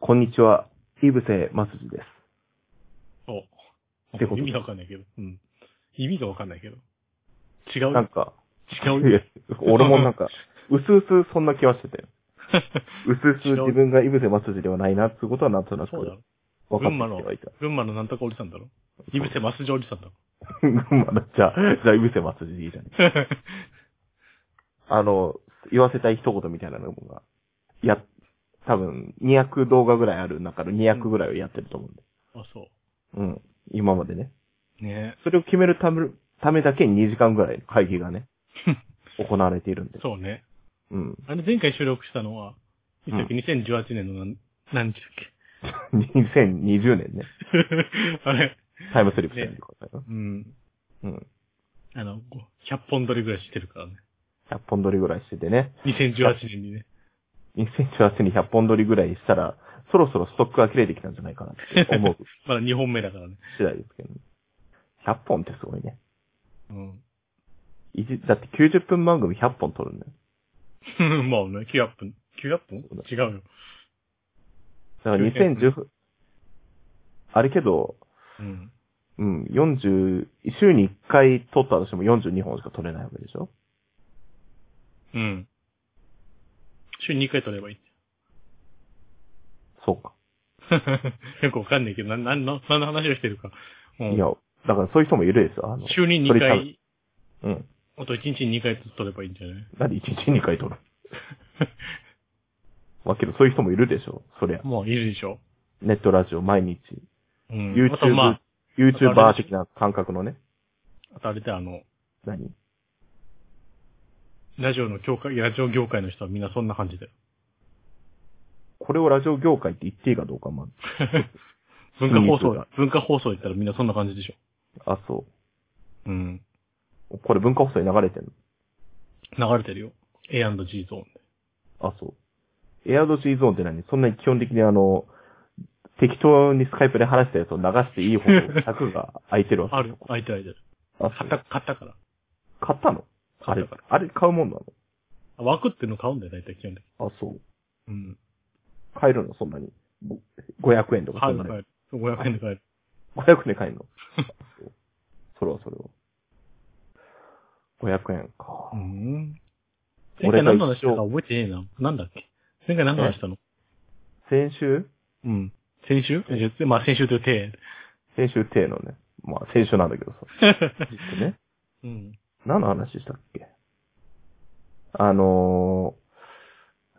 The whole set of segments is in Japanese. こんにちは、イブセマスジです。お。ってこと意味わかんないけど。うん。意味がわかんないけど。違うなんよ。か、違いう よ。や俺もなん か、うすうすそんな気はしてたよ。うす違ううす自分がイブセマスジではないなってことはなんとなくそうだろ。分か群馬ってきのてはいた。、群馬のなんとかおじさんだろ。イブセマスジおじさんだろ。 群馬だ。じゃあ、じゃあイブセマスジでいいじゃん。あの、言わせたい一言みたいなのが、や、多分、200動画ぐらいある中の200ぐらいをやってると思うんで。あ、そうん。今までね。う。ねそれを決めるため、ためだけ2時間ぐらいの会議が ね、行われているんでえ。。そうね。うん。 あれ、前回収録したのは、いつだっけ ?2018 年の何、何日だ2020年ね。っけ あれ。タイムスリップしてみてくださいよ。うん。うん。あの、こう100本撮りぐらいしてるからね。 100本撮りぐらいしててね。 2018年にね。 2018に100本撮りぐらいしたら、そろそろストックが切れてきたんじゃないかなって思うまだ2本目だからね。次第ですけど、ね、100本ってすごいね。うん。いじだって90分番組100本撮るんだよ。 まあね、900分。900分そうだ違うよ。だから2010、あれけど、うん。うん、40、週に1回撮ったとしても42本しか撮れないわけでしょうん。週に2回撮ればい い。そうか。よくわかんないけど、な、なんの、何の話をしてるか。うんいや、だからそういう人もいるですよ。あの、週に撮2りたい回、うん。あと1日に2回撮ればいいんじゃないなんで1日に2回撮 るまあけどそういう人もいるでしょそりゃ。もういるでしょ。ネットラジオ毎日。うん。あと YouTube、ま YouTuber 的な感覚のね。あ、あとあれであの、何ラジオの業界、ラジオ業界の人はみんなそんな 感じだよ。これをラジオ業界って言っていいかどうかま文化いい放人送だ、文化放送行ったらみんなそんな感じでしょ。あ、あ、そうん。う。これ文化放送に流れてる流れてるよ。A&G ゾーンで。のあ、そう。エアドシーゾーンって何そんなに基本的にあの、適当にスカイプで話したやつを流していい方の柵 が空いてるわけ。ある、空いてる空いてる。あ、そう買った、買ったから。買ったのあ買っれたから、。あれ買うもんな枠っていうの買うんだよ、大体基本的に。のあ、そう。うん。買えるのそんなに。ご500円とか買そうんのな買に。える。500円で買える。 500円で買えるのそうそれはそれは。500円か。うん。前俺回が何一の応話したか覚えてねえな。なんだっけ前回何の話したの先週うん。先週先週まあ先週という手。先週程のね。まあ先週なんだけどさ。ね。 うん。何の話したっけあの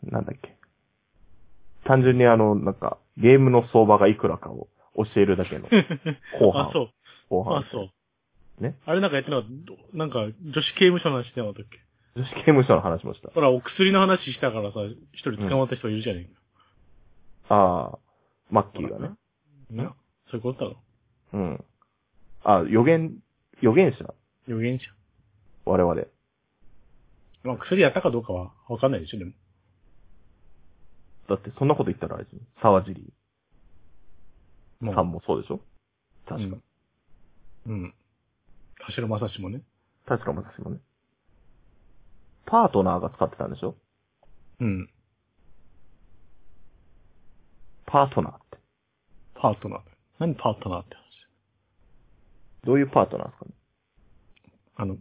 ー、なんだっけ。単純にあの、なんか、ゲームの相場がいくらかを教えるだけの後あ、半。そう。後あ半。、そう。ね。あれなんかやってなかったどなんか、女子刑務所の話してなかったっけ女子刑務所の話もした。ほら、お薬の話したからさ、一人捕まった人いるじゃねああ、マッキえーか。がね。な。なそういうことだろ。うん。あ、予言、予言者。予言者。我々。まあ、薬やったかどうかはわかんないでしょ、でも。だってそんなこと言ったらあれですよ。沢尻もうさんもそうでしょ確か。うん。うん。橋野正史もね。確か私もね。パートナーが使ってたんでしょうん。パートナーって。パートナー。何パートナーって話。どういうパートナーですかねあの、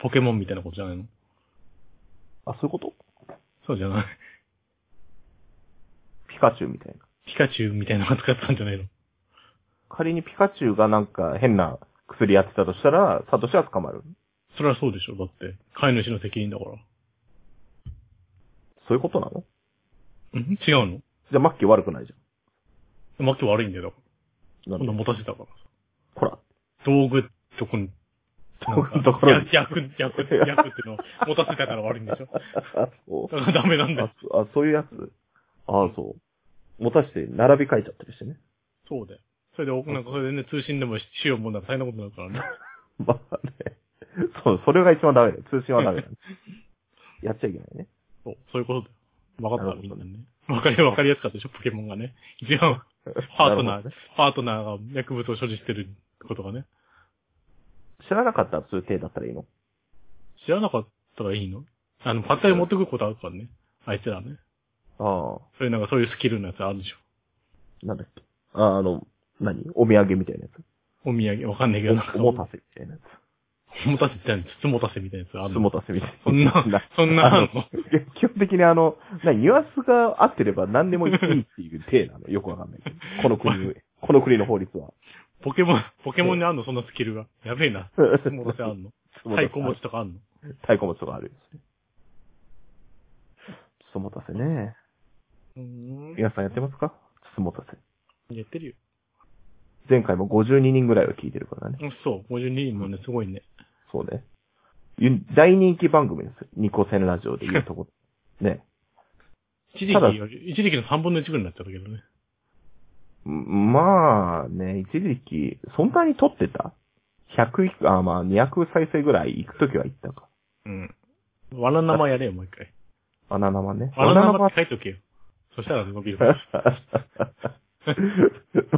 ポケモンみたいなことじゃないのあ、そういうことそうじゃない。 ピカチュウみたいな。ピカチュウみたいなのが使ってたんじゃないの仮にピカチュウがなんか変な薬やってたとしたら、サトシは捕まる。それはそうでしょ。だって、飼い主の責任だから。そういうことなのうん違うのじゃあマッキー悪くないじマッキー悪いんだよ、だかゃん。ら。今なん度で持たせたから。ほら。道具、とこに、道具のところにや役、役、役ってのを持たせたから悪いんでしょ。あ、そだからダメなんう。だよあ。、そあそういうやつ。あ、そう。持たして並び替えちゃってるしね。そうだよ。それで、なんかそれでね、通信でもしようもんなら大変なことになるからね。まあね。そう、それが一番ダメだよ。通信はダメだよ。やっちゃいけないね。そう、そういうことだよ。分かった、なるみほんなどね。分かり、分かりやすかったでしょ、ポケモンがね。 一応、パートなナるほどー、ねパートナーが薬物を所持してることがね。知らなかったらそういう手だったらいいの知らなかったらいいのあの、パッタリ持ってくることあるからね。あいつらね。ああそういうなんかそういうスキルのやつあるでしょ。あ、なんだっけ。ああの、何お土産みたいなやお土産、わかんないけど、なんつ。か。おもたせみたいなやつ。おもたせみたいな、つつもたせみたいなやつあるつもたせみたいな。そんな そんなあんののいや基本的にあの、なニュアンスが合ってれば何でもいいっていう体なの。よくわかんないけど。この国、この国の法律は。ポケモン、ポケモンにあんのそんなスキルが。やべえな。つもたせあんの太鼓持ちとかあんの太鼓持ちとかあるんですね。つもたせね。うーん。皆さんやってますかつもたせ。やってるよ。前回も52人ぐらいは聞いてるからね。うんそう、52人もね、すごいね。そうね。ゆ大人気番組ですよ。ニコセンラジオで言うとこ。ね。一時ただ期より、一時期の3分の1ぐらいになっちゃったけどね。んまあね、一時期、そんなに撮ってた ?100 いく、あ、まあ200再生ぐらい行くときは行ったか。うん。わら生やれよ、もう一回。バナナマンね。わら生わって書いとけよ。そしたら伸びる。ら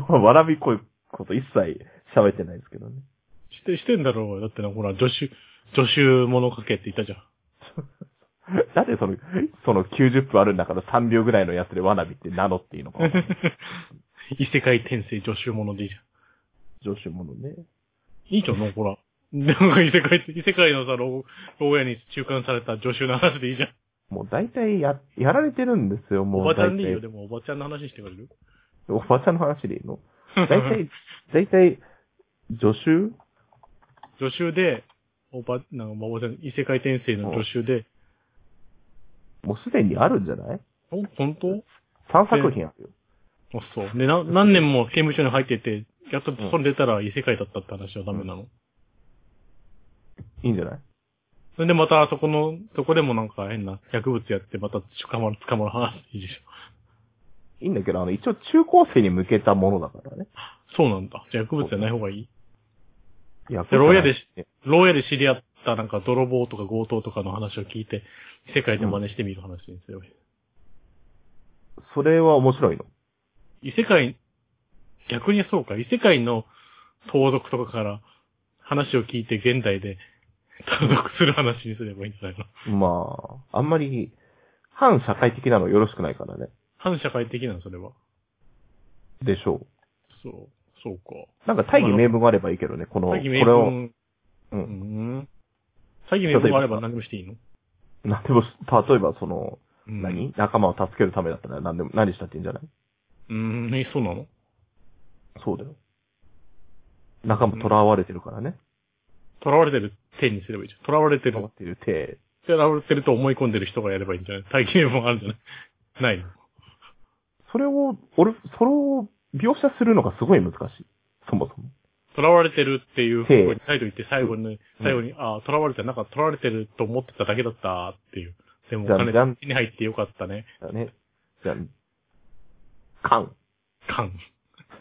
わらびっこいこと一切喋ってないですけどね。 して、してんだろうよだってな、ほら、助手、助手物かけって言ったじ ゃん。だってその、その90分あるんだから3秒ぐらいのやつでわらびって名乗っていいのかわかんない異世界転生助手物でいいじゃん。上手者ね。いいじゃん、ほら。なんか異世界、異世界のさ、牢牢屋に中間された助手の話でいいじゃん。もう大体や、やられてるんですよ、もおう。ばちゃんでいいよ、大体。でもおばちゃんの話してくれるおばちゃんの話でいいの大体、大体、助手 助手で、おば、なんか、まあおばちゃん、異世界転生の助手で、もうすでにあるんじゃないお、本当 ?3 作品あるよ。あ、そう。で、な、何年も刑務所に入ってて、やっとそれ出たら異世界だったって話はダメなの。いいんじゃないそれでまた、そこの、そこでもなんか変な薬物やって、また捕まる、捕まる話いいでしょ。いいんだけど、あの、一応中高生に向けたものだからね。そうなんだ。じゃあ薬物じゃない方がいいいや、で牢屋でしし、牢屋で知り合ったなんか泥棒とか強盗とかの話を聞いて、世界で真似してみる話ですよ。それは面白いの。異世界、逆にそうか、異世界の盗賊とかから話を聞いて現代で盗賊する話にすればいいんじゃないのまあ、あんまり、反社会的なのよろしくないからね。反社会的なの、それは。でしょそう、そうか。う。なんか大義名分があればいいけどね、この、こ詐欺名れを、分、う。うんん。詐欺名分があれば何でもしていいのなんでも、例えばその、うん何仲間を助けるためだったら何でも、何したっていいんじゃないうーん、え、そうなのそうだよ。仲間囚われてるからね。囚われてる手にすればいいじゃん。囚われて囚わるっ、てる手。囚われてると思い込んでる人がやればいいんじゃない詐欺名分あるんじゃないないのそれを、俺、それを描写するのがすごい難しい。そもそも。囚われてるっていう方へえ向に態度言って最後に、最後に、ああ、囚われてなんか囚われてると思ってただけだったっていう。でも、じゃん金じゃん手に入ってよかったね。だね。じゃあ、勘。感。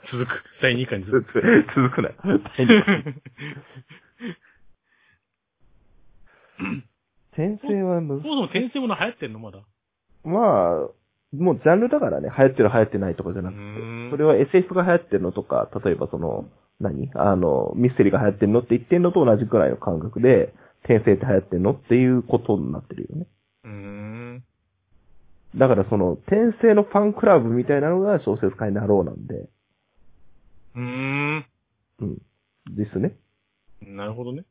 続く。第2回に続 続く。く、続くなよ。大変だ転生はむそもそも転生もの流行ってんのまだ。まあ、もうジャンルだからね、流行ってる流行ってないとかじゃうなくて。んそれは SF が流行ってるのとか、例えばその、何あの、ミステリーが流行ってるのって言ってんのと同じくらいの感覚で、転生って流行ってるのっていうことになってるよね。うーん。だからその、転生のファンクラブみたいなのが小説家になろうなんで、うーん。うん。ですね。なるほどね。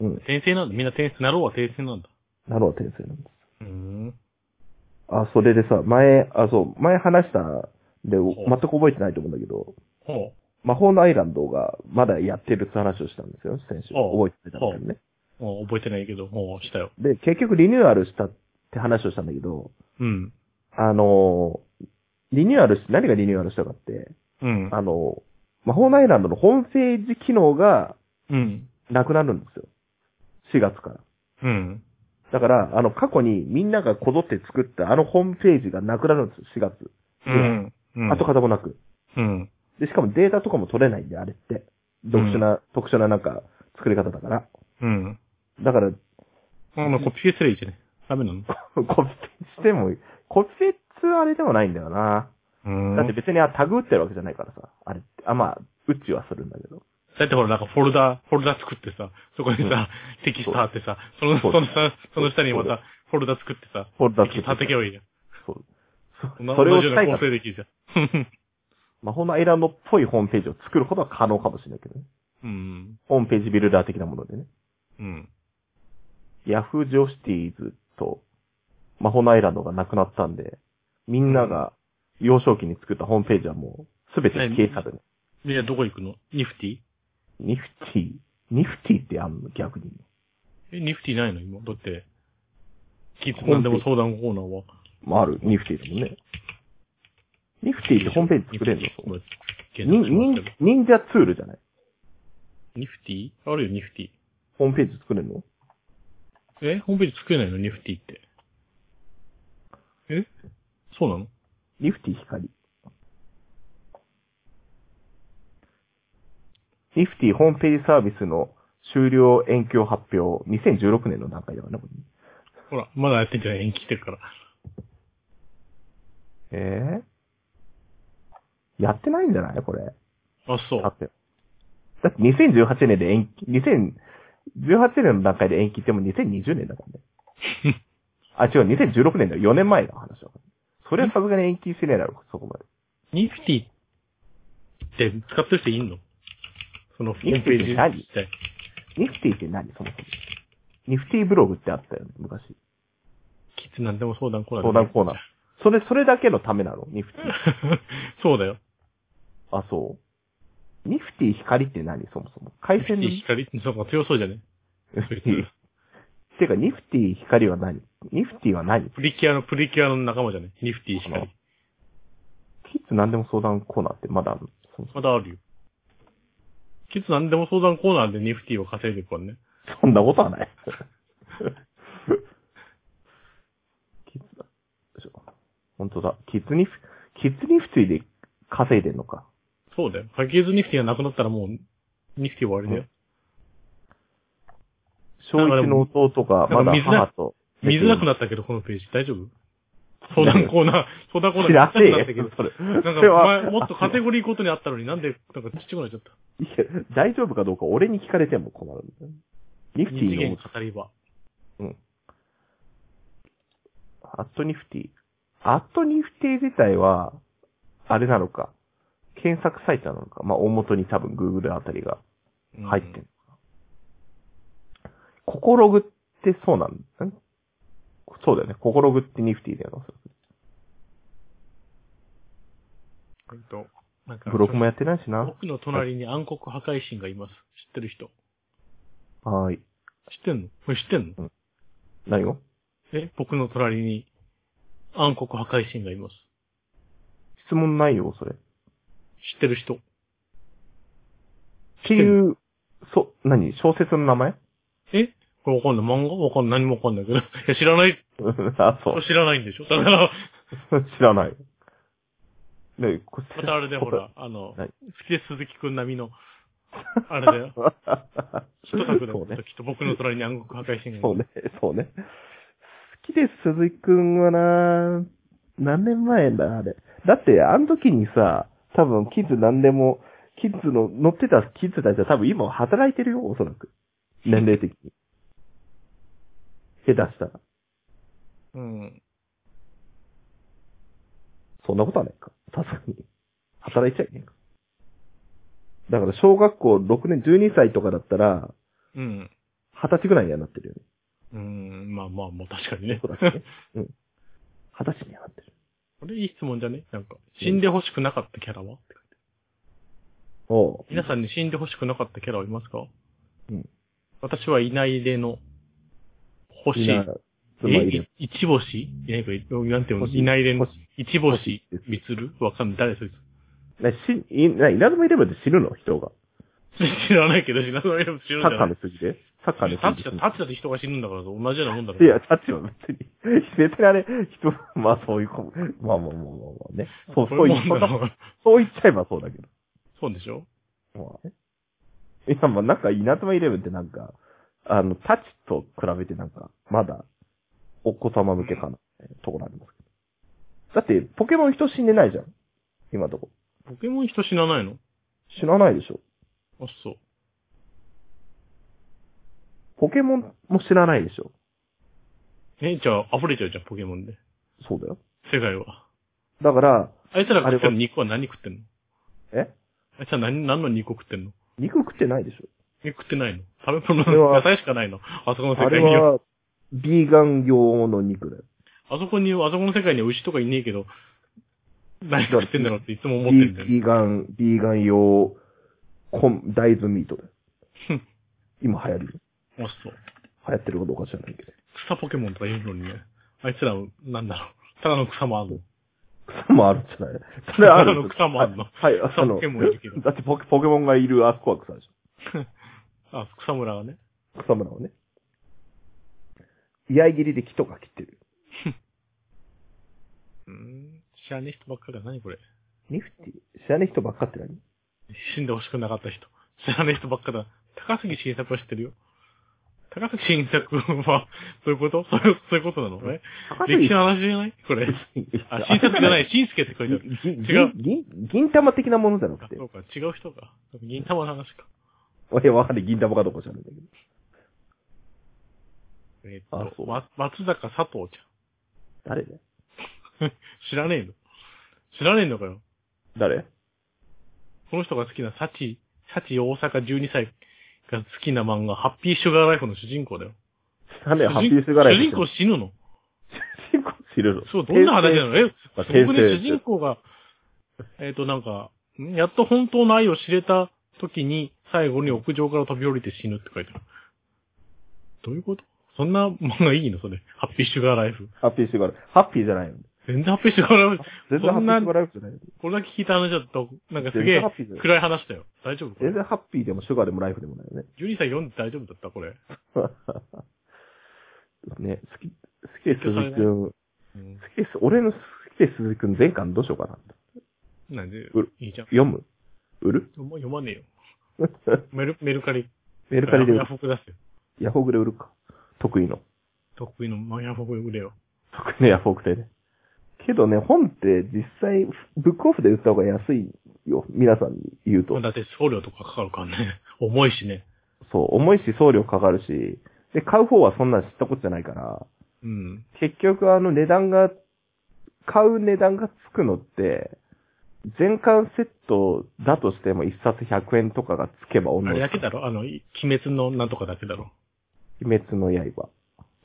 うん。転生なんだ。みんな転生、なろうは転生なんだ。なろう転生なんです。うーん。あ、それでさ、前、あ、そう、前話したんで、全うく覚えてないと思うんだけど、ほ魔法のアイランドがまだやってるって話をしたんですよ、先週。お覚えてたんだけどね。う。もう覚えてないけど、ほう、したよ。で、結局リニューアルしたって話をしたんだけど、うん。あのーリニューアルし、何がリニューアルしたかって、うん。あのー魔法のアイランドのホームページ機能がうん。なくなるんですよ。4月から。うん。だから、あの、過去にみんながこぞって作ったあのホームページがなくなるんですよ、4月。うん。うん。跡形もなく。うん。で、しかもデータとかも取れないんで、あれって。特殊な、特殊ななんか、作り方だから。うん。だから、 あ、まあ、コピペすればいいじゃね。ダメなのコピペしても、コピペっつうあれでもないんだよな。うん。だって別にあタグ打ってるわけじゃないからさ。あれって。あ、まあ、打ちはするんだけど。だってほら、なんかフォルダ、フォルダ作ってさ、そこにさ、テキスト貼ってさ、その、そうそのさ、その下にまそうたフォルダ作ってさ、フォルダテキスト貼ってけばいいじゃん。そう。同それをじよしうたいなか構成できるじゃん。 魔法のアイランドっぽいホームページを作ることは可能かもしれないけどね。うん。ホームページビルダー的なものでね。うん。ヤフージオシティーズと魔法のアイランドがなくなったんで、みんなが幼少期に作ったホームページはもうすべて消え去るね。みんなどこ行くのニフティニフティ、ニフティってあんの逆に。え、ニフティないの今。だって、キッズなんでも相談コーナーは。まあ、ある、ニフティだもんね。ニフティってホームページ作れんのニフティににん忍者ツールじゃないニフティあるよ、ニフティ。ホームページ作れんのえホームページ作れないのニフティって。えそうなのニフティ光。ニフティホームページサービスの終了延期を発表、2016年の段階だからね。こほら、まだやってんじゃない延期してるから。れえー、やってないんじゃないこれ。あ、そだう。って。だって2018年で延期、2018年の段階で延期っても2020年だからね。 あ、違う、2016年だよ。4年前の話だから。それはさすがに延期してねえだろ、そこまで。ニフティって使ってる人いんのそのホームページニフティって何自体ニフティって何そもそも。ニフティブログってあったよね、昔。キッズなんでも相談コーナー相談コーナー。それ、それだけのためなのニフティ。ー。 そうだよ。あ、そう。ニフティ光って何そもそも。回ニフテ線のィ光ってなんか強そうじ ゃねそいつてか、ニフティ光は何ニフティは何プリキュアの、プリキュアの仲間じゃねニフティ光。キッズ何でも相談コーナーってまだあるのそもそもまだあるよ。キッズなんでも相談コーナーでニフティを稼いでいくからね。そんなことはない。キッズだ。よいしょ本当だ。キッズニフ、キッズニフティで稼いでんのか。そうだよ。ハキーズニフティがなくなったらもう、ニフティ終わりだよ。小一の弟がまだ母と。見づらくなったけど、このページ。大丈夫相談コーナー、相談コーナ知らー見づねらくなったえけどよ。。それ。なそんか、れは前、もっとカテゴリーごとにあったのになんで、なんかちっちゃくなっちゃった。いや、大丈夫かどうか俺に聞かれても困るんだよ。ニフテ二次ィ元の、語り場。アットニフティ。アットニフティ自体は、あれなのか。検索サイトなのか。まあ、大元に多分 Google あたりが入ってるのか。ココログってそうなんだ、んそうだよね。ココログってニフティだよな。うん。えっと、なんか、ブログもやってないしな。僕の隣に暗黒破壊神がいます。知ってる人。知はーい。ってんのこれ知ってんの何をえ僕の隣に暗黒破壊神がいます。質問ないよ、それ。っ知ってる人。ていう、そ、何小説の名前 えこれわかんない。漫画わかんない。何もわかんないけど。い や、知らない。あ、そう。知らないんでし ょだから、知らない。ね、こまたあれで ほ。ら、あの、はい好きで鈴木くん並みの、あれ だよ。一択だそうよ。ねきっと僕の隣に暗黒破壊神がそいうる。ね、そうね。好きです、鈴木くんはな何年前だ、あれ。だって、あの時にさ、多分、キッズ何でも、キッズの、乗ってたキッズたちは多分今働いてるよ、おそらく。年齢的に。下手したら。うん。そんなことはないか。さすがに。働いちゃいねえか。だから、小学校6年、12歳とかだったら、うん。 20歳ぐらいにはなってるよね。うん。まあまあ、もう確かにねそう。だしね。うん。二十歳にはなってる。 これいい質問じゃねなんか、死んで欲しくなかったキャラはおう。皆さんに死んで欲しくなかったキャラはいますかうん。私はいないでの、欲しみんい。な、つまり、えい一星いやなんかなんていうの星いないでの星、一星星みつるわかんない。誰そいつ。 な、し、い、な、稲妻イレブンって死ぬの人が。知らないけど、知らないけど、知らサなッいカーの数字でサッカーのタ数ッチ字だで。タッチだって人が死ぬんだから同じようなもんだろ。いや、タッチは別に。別にあれ、人、まあそういうこ、まあまあまあまあまあね。そう、そうこういいうう、もんだそうろ。そう言っちゃえばそうだけど。 そうでしょまあね。いや、まあなんか、稲妻イレブンってなんか、あの、タッチと比べてなんか、まだ、お子様向けかな、ところありますけど。だって、ポケモン人死んでないじゃん。今のとこ。ポケモン人死なないの死なないでしょ。あ、そう。ポケモンも知らないでしょ。え、じゃあ溢れちゃうじゃん、ポケモンで。そうだよ。世界は。だから、あいつらが食ってる肉は何食ってんのえあいつら何、何の肉を食ってんの肉食ってないでしょ肉食ってないの食あべれ物のは野菜しかないのあそこの世あ界れには。は、ビーガン用の肉だよ。あそこに、あそこの世界には牛とかいねえけど、何食ってんだろうっていつも思ってビるんだよね。ーガン、ビーガン用、コン、大豆ミートだ よ。今流行る。あ、そう。流行ってるかどうか知らないけど。草ポケモンとか言うのにね。あいつら、なんだろう。ただの草もあるの。草もあるんじゃないそれあるんです草もあるのはい、はい草あの、ポケモンいるけ どだってポケポケモンがいるあそこは草でしあ、草むらがね。ょ。草むらはね。居合切りで木とか切ってる。うーん。知らねえ人ばっかりだ。何これ。ニフティ知らない人ばっかって何死んでほしくなかった人。知らねえ人ばっかだ。高杉晋作は知ってるよ。高杉晋作は、そういうことそういう、そういうことなのね。高歴杉史の話じゃないこれ。あ、あ晋作じゃない。晋介って書いてある。ぎぎ違う銀、銀玉的なものじゃなあくてそ。うか、違う人か。銀玉の話か。俺わかんない。銀玉かどうか知らないんだけど。えっあと、そうま松坂佐藤ち誰だよゃん。知らねえの知らねえのかよ。誰この人が好きなサチ、サチ大阪12歳が好きな漫画、ハッピーシュガーライフの主人公だよ。知らねえ。ハッ主ピ人ースガライ主フ人公死ぬの主人公知るのそう、どんな話なのえ、まあすごくね、転生主人公が、えっ、と、なんか、んやっと本当の愛を知れた時に、最後に屋上から飛び降りて死ぬって書いてある。どういうことそんな漫画いいのそれ。ハッピーシュガーライフ。ハッピーシュガーライフ。ハッピーじゃないの。全然ハッピーシュガーライフ。全然ハッピーシュガーライフじゃないの。これだけ聞いた話だと、なんかす全げ然ハッピーだえよ暗い話だよ。大丈夫これ全然ハッピーでもシュガーでもライフでもないよね。 ?12 歳読んで大丈夫だったこれ。ね、好き、好きです、鈴木くん。好うんきです、俺の好きです、鈴木くん全巻どうしようかな。なんでうる、いいじゃん。読む売る 読ま読まねえよ。メル、メルカリ。メルカリで売ヤる。フオク出すよ。ヤフオクで売るか。得意の。得意のマヤフオク売れよ。 得意のヤフオクでね。けどね、本って実際、ブックオフで売った方が安いよ。皆さんに言うと。だって送料とかかかるからね。 重いしね。そう、重いし送料かかるし、で、買う方はそんなん知ったことじゃないから、うん。結局あの値段が、買う値段がつくのって、全巻セットだとしても一冊100円とかがつけば同あじれ。だけだろあの、い鬼滅のなんとかだけだろ鬼滅の刃。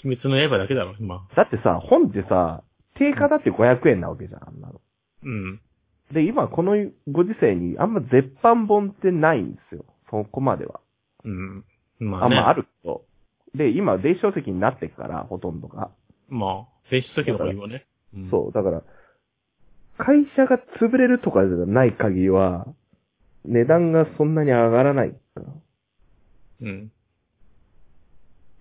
鬼滅の刃だけだろ今。だってさ、本ってさ、定価だって500円なわけじゃん、あんなの。うん。で、今このご時世にあんま絶版本ってないんですよ。そこまでは。うん。まああ、ね。んまある。るけど。で、今電子書籍になってくから、ほとんどが。まあ、電子書籍の方がいいわね。うんそう、だから、会社が潰れるとかじゃない限りは、値段がそんなに上がらないから。うん。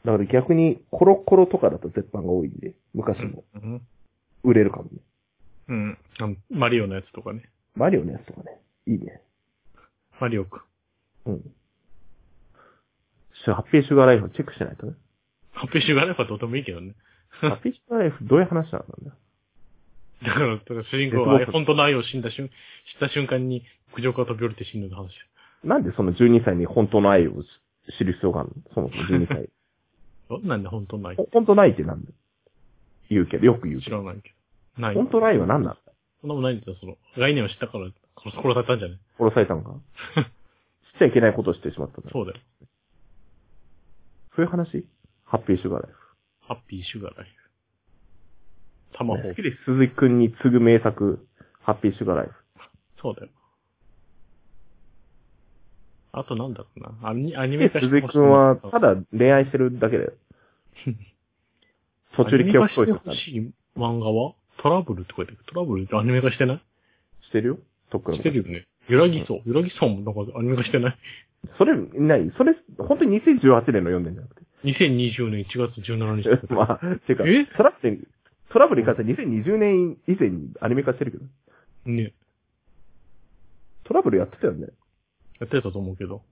だから逆に、コロコロとかだと絶版が多いんで、昔もうん。売れるかもね。うん。あのマリオのやつとかね。マリオのやつとかね、いいね。マリオくん。うん。ちょハッピーシュガーライフチェックしないと ね。ハッピーシュガーライフはどうでもいいけどね。ハッピーシュガーライフどういう話なんだだから、だから主人公デスがボス本当の愛を死んだ瞬、知った瞬間に、苦情から飛び降りて死ぬの話。なんでその12歳に本当の愛を知る必要があるのそもそも12歳。 どんなんで本当の愛ほ本当の愛ってなんだ言うけど、よく言う知けど。らないけど。ない。本当の愛は何なんだそんなもんないんですよ、その。概念を知ったから、殺殺されたんじゃない殺された のかしちゃいけないことをしてしまったんだ。そうだよ。そういう話ハッピーシュガーライハッピーシュガーライフ。フ。玉ほう好きで鈴木くんに次ぐ名作、ハッピーシュガーライフ。そうだよ。あとなんだろうな。アニアニメで化して鈴木くんは、ただ恋愛してるだけだ よ。途中で記憶し超えてちゃっほた。ししい漫画はトラブルって書いてある。トラブルってアニメ化してないてるよとっくのしてるよね。揺らぎそう。揺らぎそうもなんかアニメ化してない。それ、ないそれ、本当に2018年の読んでんじゃなくて。 2020年1月17日。 まあ、てかえ、トラブル、トラブルに関しては2020年以前にアニメ化してるけど、ね。トラブルやってたよね。やってたと思うけど。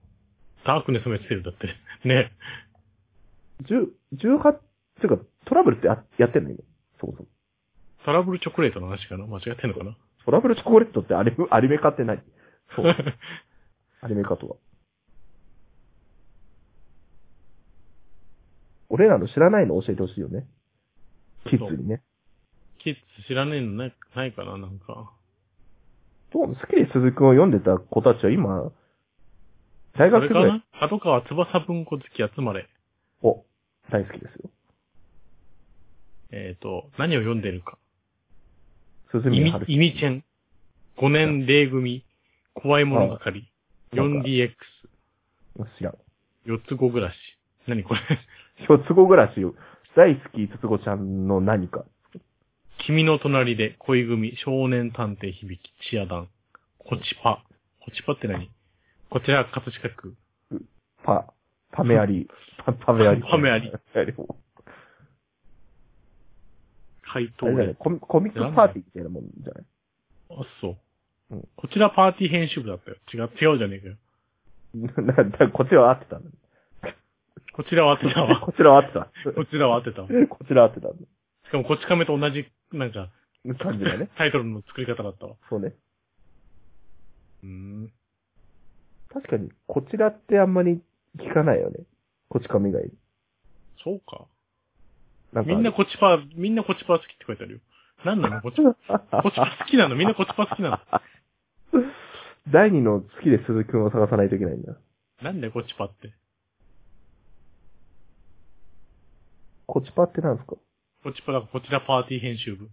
ダークネスメスセルだって。ね。 10 18、っていうか、トラブルってややってんの今。そもそも。トラブルチョコレートの話かな間違ってんのかなトラブルチョコレートってアニメアニメ化ってない。 そう。アニメ化とは。俺らの知らないの教えてほしいよね。キッズにね。キッズ知らねえのないないかな、なんか。どう好きで鈴木を読んでた子たちは今、大そ学生れぐかい、らな角川翼文庫好き集まれ。お、大好きですよ。えっ、と、何を読んでるか。鈴イ宮ミ春、樹。イミチェン。5年例組。怖いものがかり。なんか 4DX。知らん。四つ子暮らし。何これ四つ子暮らしを、大好きつつ子ちゃんの何か。君の隣で恋組、少年探偵響き、チアダン、コチパ。コチパって何こちら、葛飾区。パ、パメア リ、パ、パメアリ。パメアリ。パメアリも回あ答れだね、で。コミコミックパーティーみたいなもんじゃない。あ、そううんこちらパーティー編集部だったよ。違う、違うじゃねえかよ。なだからこっちは合ってたんだこちらは当てた わ。こちらは合ってた。こちらは当てたわ。しこちら合ってたんかも、こち亀と同じ、なんか、だ。感じだね。タイトルの作り方だったわ。そうね。うーん。確かに、こちらってあんまり聞かないよね。こち亀がいる。そうか。なんかあみるんなこちパ、みんなこちパ好きって書いてあるよ。なんなのこち パ。こちパ好きなのみんなこちパ好きなの第二の好きで鈴木くんを探さないといけないんだ。なんだよ、こちパって。こちパってなんですかここちパだからこちらパーティー編集部。ち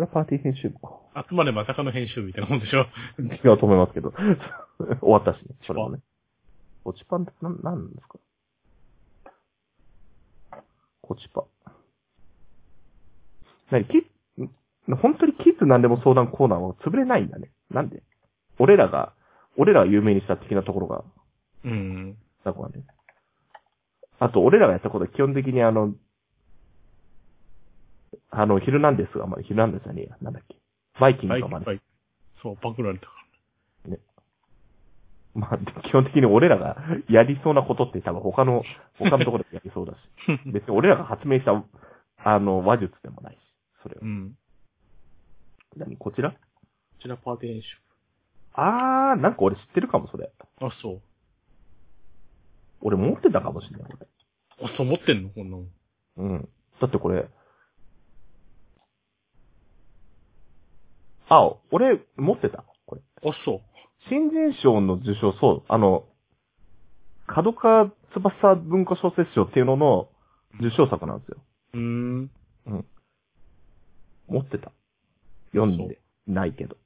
らパーティー編集部か。あくまでまさかの編集部みたいなもんでしょ。違うと思いますけど。 終わったしね、それもね。こちパンってなん、なんですかこちパ。なに、キッん本当にキッズなんでも相談コーナーは潰れないんだね。なんで俺らが、俺らが有名にした的なところが、うん。そこはね。あと、俺らがやったことは基本的にあの、あの、ヒルナンデスが、まあ、ヒルナンデスじゃねえや、なんだっけ。バイキンバグイがク、まねバイク。そう、パクられたかまあ、基本的に俺らがやりそうなことって多分他の、他のところでやりそうだし。ら。別に俺らが発明した、あの、話術でもないし。それはう。ん。何こちらこちらパーティー編集あー、なんか俺知ってるかも、それ。部。あ、そう。俺持ってたかもしれない、これ。あ、そう、持ってんのこんなもん。うん。だってこれ、あ、俺、持ってた。これ。あ、そう。新人賞の受賞、そう、あの、角川翼文庫小説賞っていうのの受賞作なんですよ。うーん。持ってた。読んでないけど。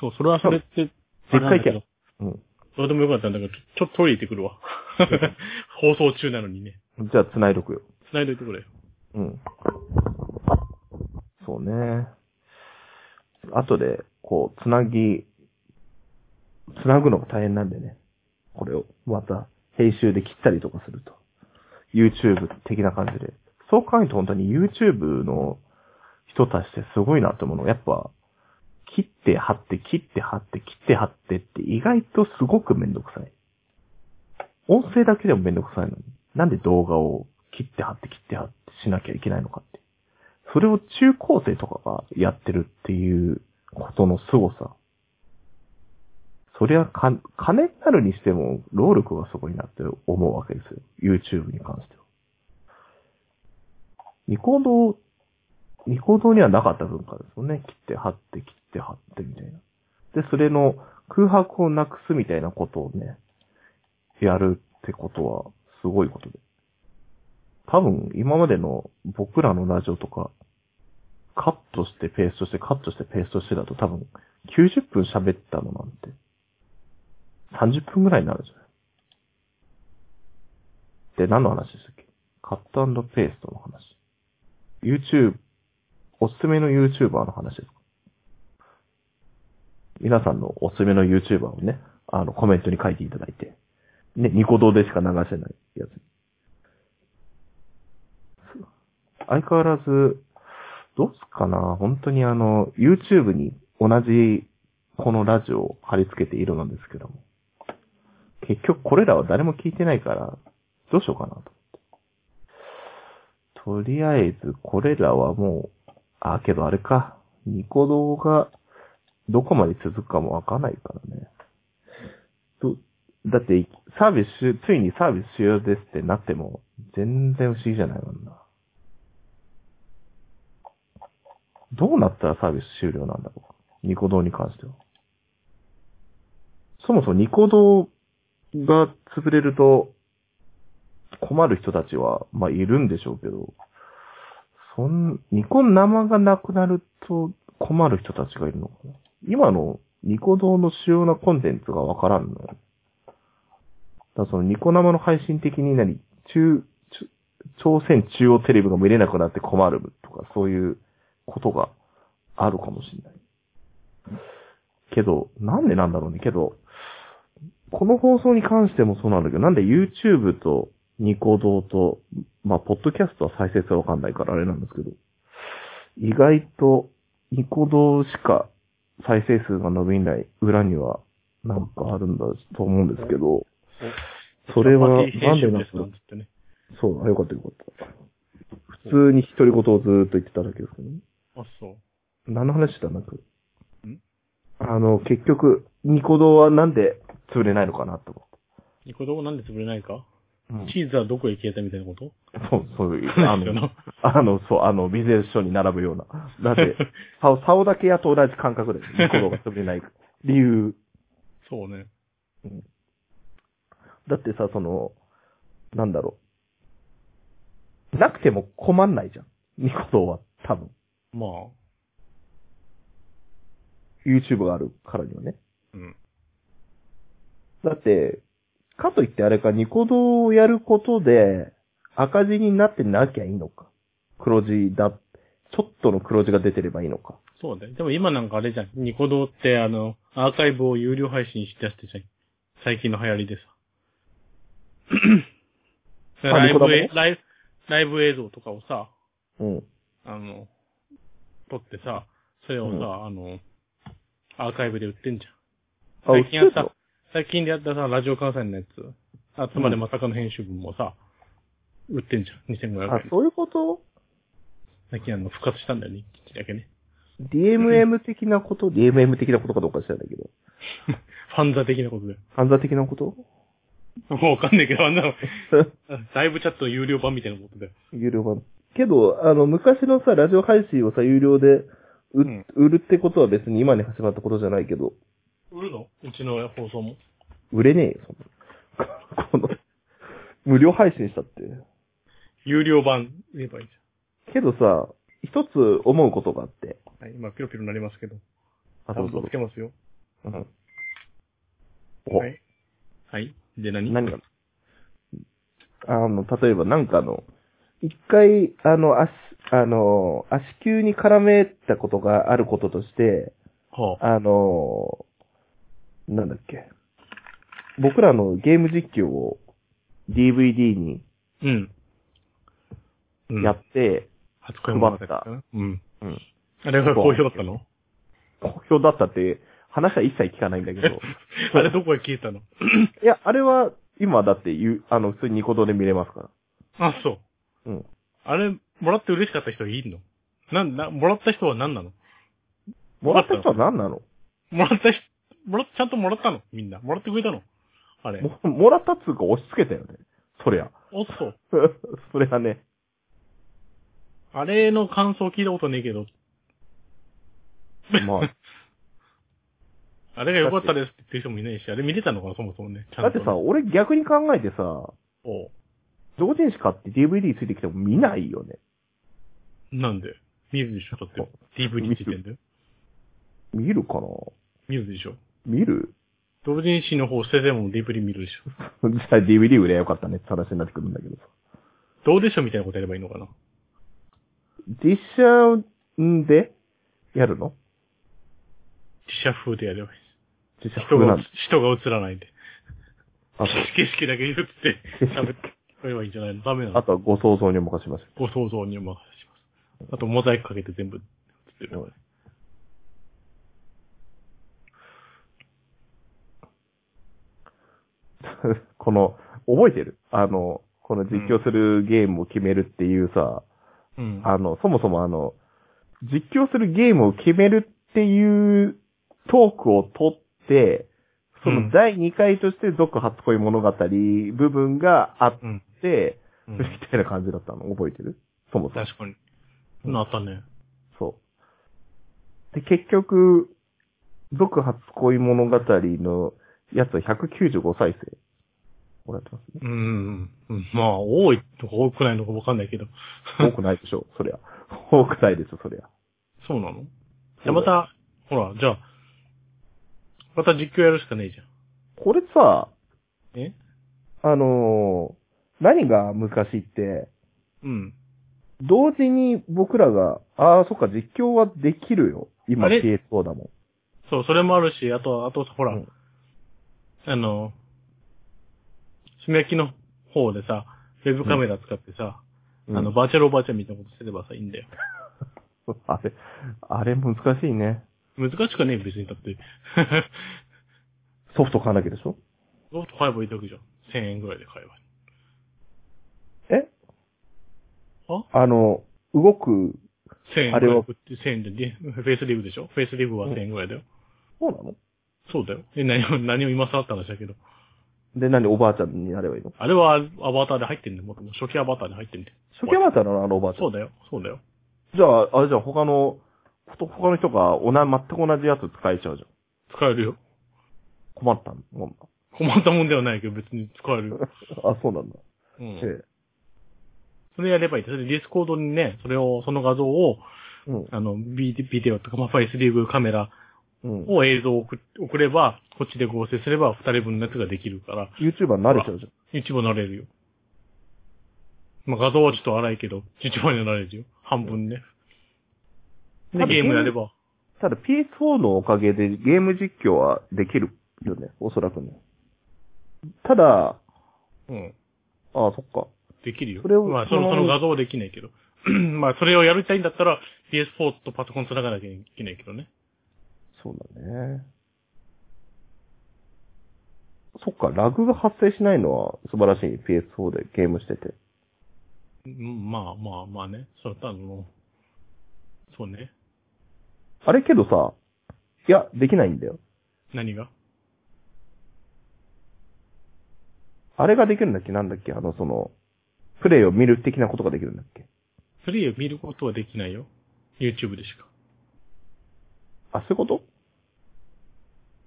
そう、それはそれって、そうあれなんだけどでっかいうん。どうでもよかったんだけど、ちょっとトイレ行ってく るわ。放送中なのにね。じゃあ、繋いどくよ。繋いどいてくれよ。うん。そうね。後で、こう、繋ぎ、繋ぐのが大変なんでね。これを、また、編集で切ったりとかすると。YouTube 的な感じで。そう考えると本当に YouTube の人たちってすごいなって思うのがやっぱ、切って貼って、切って貼って、切って貼ってって意外とすごくめんどくさい。音声だけでもめんどくさいのに。なんで動画を切って貼って切って貼ってしなきゃいけないのかって。それを中高生とかがやってるっていうことの凄さ。そりゃか、金になるにしても、労力がすごいなって思うわけですよ。YouTube に関しては。ニコ動、ニコ動にはなかった文化ですもんね。切って貼って切って貼ってみたいな。で、それの空白をなくすみたいなことをね、やるってことは、すごいことで。多分、今までの僕らのラジオとか、カットしてペーストして、カットしてペーストしてだと多分、90分喋ったのなんて、30分ぐらいになるじゃない。で、何の話でしたっけカットペーストの話。YouTube、おすすめの YouTuber の話ですか皆さんのおすすめの YouTuber をね、あの、コメントに書いていただいて、ね、ニコ動でしか流せないやつ。相変わらず、どうすっかな本当にあの、YouTube に同じこのラジオを貼り付けているのですけども。結局これらは誰も聞いてないから、どうしようかなと思って。とりあえずこれらはもう、あ、けどあれか。ニコ動がどこまで続くかもわかんないからね。どだって、サービス終、ついにサービス終了ですってなっても、全然不思議じゃないもんな。どうなったらサービス終了なんだろう。ニコ動に関しては。そもそもニコ動が潰れると困る人たちは、まあいるんでしょうけど、そん、ニコ生がなくなると困る人たちがいるのかな。今のニコ動の主要なコンテンツがわからんのよ。だからそのニコ生の配信的に何中、中朝鮮中央テレビが見れなくなって困るとか、そういうことがあるかもしれない。けど、なんでなんだろうね。けど、この放送に関してもそうなんだけど、なんで YouTube とニコ動と、まあ、ポッドキャストは再生数わかんないからあれなんですけど、意外とニコ動しか再生数が伸びない裏にはなんかあるんだと思うんですけど、それはなんでなんですかつってね。そう、あ、よかったよかった。普通に独り言をずーっと言ってただけですけどね。あ、そう。何の話だなくん。あの、結局、ニコ動はなんで潰れないのかなって思って。ニコ動なんで潰れないか、うんチーズはどこへ消えたみたいなことそう、そういう、 あ話の、だな。あの、そう、あの、ビジネス書に並ぶような。だ って、サオ、サオだけ屋と同じ感覚で、ニコ動が潰れない理由。そうね。だってさ、その、なんだろう。なくても困んないじゃん。ニコ動は、多分。まあ、 YouTube があるからにはね。うん。だって、かといってあれか、ニコ動をやることで、赤字になってなきゃいいのか。黒字だ、ちょっとの黒字が出てればいいのか。そうね。でも今なんかあれじゃん。ニコ動ってあの、アーカイブを有料配信し出してじゃん。最近の流行りでさ。 あラニイコ動ブもえ、ライブ、ライブ映像とかをさ、うん。あの、撮ってさ、それをさ、あの、アーカイブで売ってんじゃん。あ最近やっ売ってんのた、最近でやったさ、ラジオ関西のやつ、あつまでまさかの編集分もさ、売ってんじゃん。2500あ円、。そういうこと最近あの、復活したんだよね、一日だけね。 ?DMM 的なこと ?DMM 的なことかどうか知らないけど。ファンザ的なことで。犯罪的なこと もうわかんないけど、あんなの、ライブチャットの有料版みたいなことで。有料版。けど、あの、昔のさ、ラジオ配信をさ、有料で売,、うん売るってことは別に今に始まったことじゃないけど、売るのうちの放送も。売れねえよ、そんなこの、無料配信したって。有料版言えばいいじけどさ、一つ思うことがあって。ゃん。はい、今ピロピロになりますけど。あ、そうそちゃんとつけう。ますよ。うん、おはい。はい。で何何があの、例えばなんかあの、一回、あの、足、あの、足球に絡めたことがあることとして、はあ、あの、なんだっけ。僕らのゲーム実況を DVD にうん。うん。やって、初恋物語かな。うん。うんあれが好評だったの好評だったって話は一切聞かないんだけど、あれどこへ消えたのいや、あれは今だって言う、あの、普通にニコ動で見れますから。あ、そう。うん。あれ、もらって嬉しかった人いるのなんだ、もらった人は何なのもらった人は何なのもらった人、もら、ちゃんともらったのみんな。もらってくれたのあれ。ももらったっつうか押し付けたよね。そりゃ。 おっそう。それはね。あれの感想聞いたことねえけど、 まあれが良かったですって言ってる人もいないし、あれ見れたのかな、そもそもね。ちあ、ゃんだとってさ、俺逆に考えてさ、おう同人誌買って DVD ついてきても見ないよね。なんで見るでしょ、だってお。 DVD ついてんだよ。見るかな見るでしょ。見る 同人誌の方、先生も DVD 見るでしょ。じゃあ DVD 売ればよかったねって話になってくるんだけどさ。どうでしょうみたいなことやればいいのかな。実写んでやるの自社風でやればいい。実写人風ながんだ。、人が映らないで。あ景色だけ言って、喋ってればいいんじゃないのダメなとあのとはご想像にお任せします。ご想像にお任せします。あと、モザイクかけて全部映ってる。 この、覚えてるあの、この実況するゲームを決めるっていうさ、うん。あの、そもそもあの、実況するゲームを決めるっていうトークを取って、そうのん第2回として続初恋物語部分があっうん。て、うみんたいな感じだったの覚えてるそもそも。確かに。なったね。そで、結局、続発恋物語のやつは195再生。もらってますね。うん。うんまあ、多いとか多くないのかわかんないけど。 多くないでしょ、そりゃ。多くないでしょ、そりゃ。 そうなのじゃあまた、ほら、じゃあ、また実況やるしかねえじゃこれさ、ん。えあのー何が難しいって、うん。同時に僕らが、ああ、そっか、実況はできるよ。今あれ消えそうだもん。そう、それもあるし、あと、あと、ほら、うんあの、すみ焼きの方でさ、ウェブカメラ使ってさ、うんあの、バーチャルおばあちゃんみたいなことしてればさ、いいんだよ。 あれ、あれ難しいね。難しくねえ、別に。だって。 ソフト買わなきゃでしょロフト買えばいいだけじゃん。1000円ぐらいで買えばいい。えああの、動く、 1000円あれはぐらいで1000円でね、フェイスリブでしょフェイスリブは1000円ぐらいだよ。そうなのそうだよ。え、何を、何を今更って話だけど。で、何、おばあちゃんになればいいのあれはアバターで入ってんだよ。もっともう初期アバターに入ってんだよ。初期アバターなのあのおばあちゃん。そうだよ。そうだよ。じゃあ、あれじゃん、他の、こと他の人がおな、全く同じやつ使えちゃうじゃん。使えるよ。困ったもん困ったもんではないけど、別に使えるよ。な。あ、そうなんだ。うえん。それやればいい。それでディスコードにね、それを、その画像を、えうん。あの、ビデビデオとか、まあ、ファイスリーブカメラうん。を映像を送送れば、こっちで合成すれば、二人分のやつができるから、 YouTuber になれちゃうじゃん。一部なれるよ。まあ、画像はちょっと荒いけど、一部にはなれるよ。半分ね。多で、分ゲームやれば。ただ PS4 のおかげでゲーム実況はできるよね、おそらくね。ただ、うん。ああ、そっか。できるよ。それをまあ、その、そそのの画像はできないけど。 まあ、それをやりたいんだったら、PS4 とパソコン繋がなきゃいけないけどね。そうだね。そっか、ラグが発生しないのは素晴らしい PS4 でゲームしてて。うんまあまあまあね。そう、あの、そうね。あれけどさ、いや、できないんだよ。何があれができるんだっけなんだっけあの、その、プレイを見る的なことができるんだっけ ?3 を見ることはできないよ。YouTube でしか。あ、そういうこと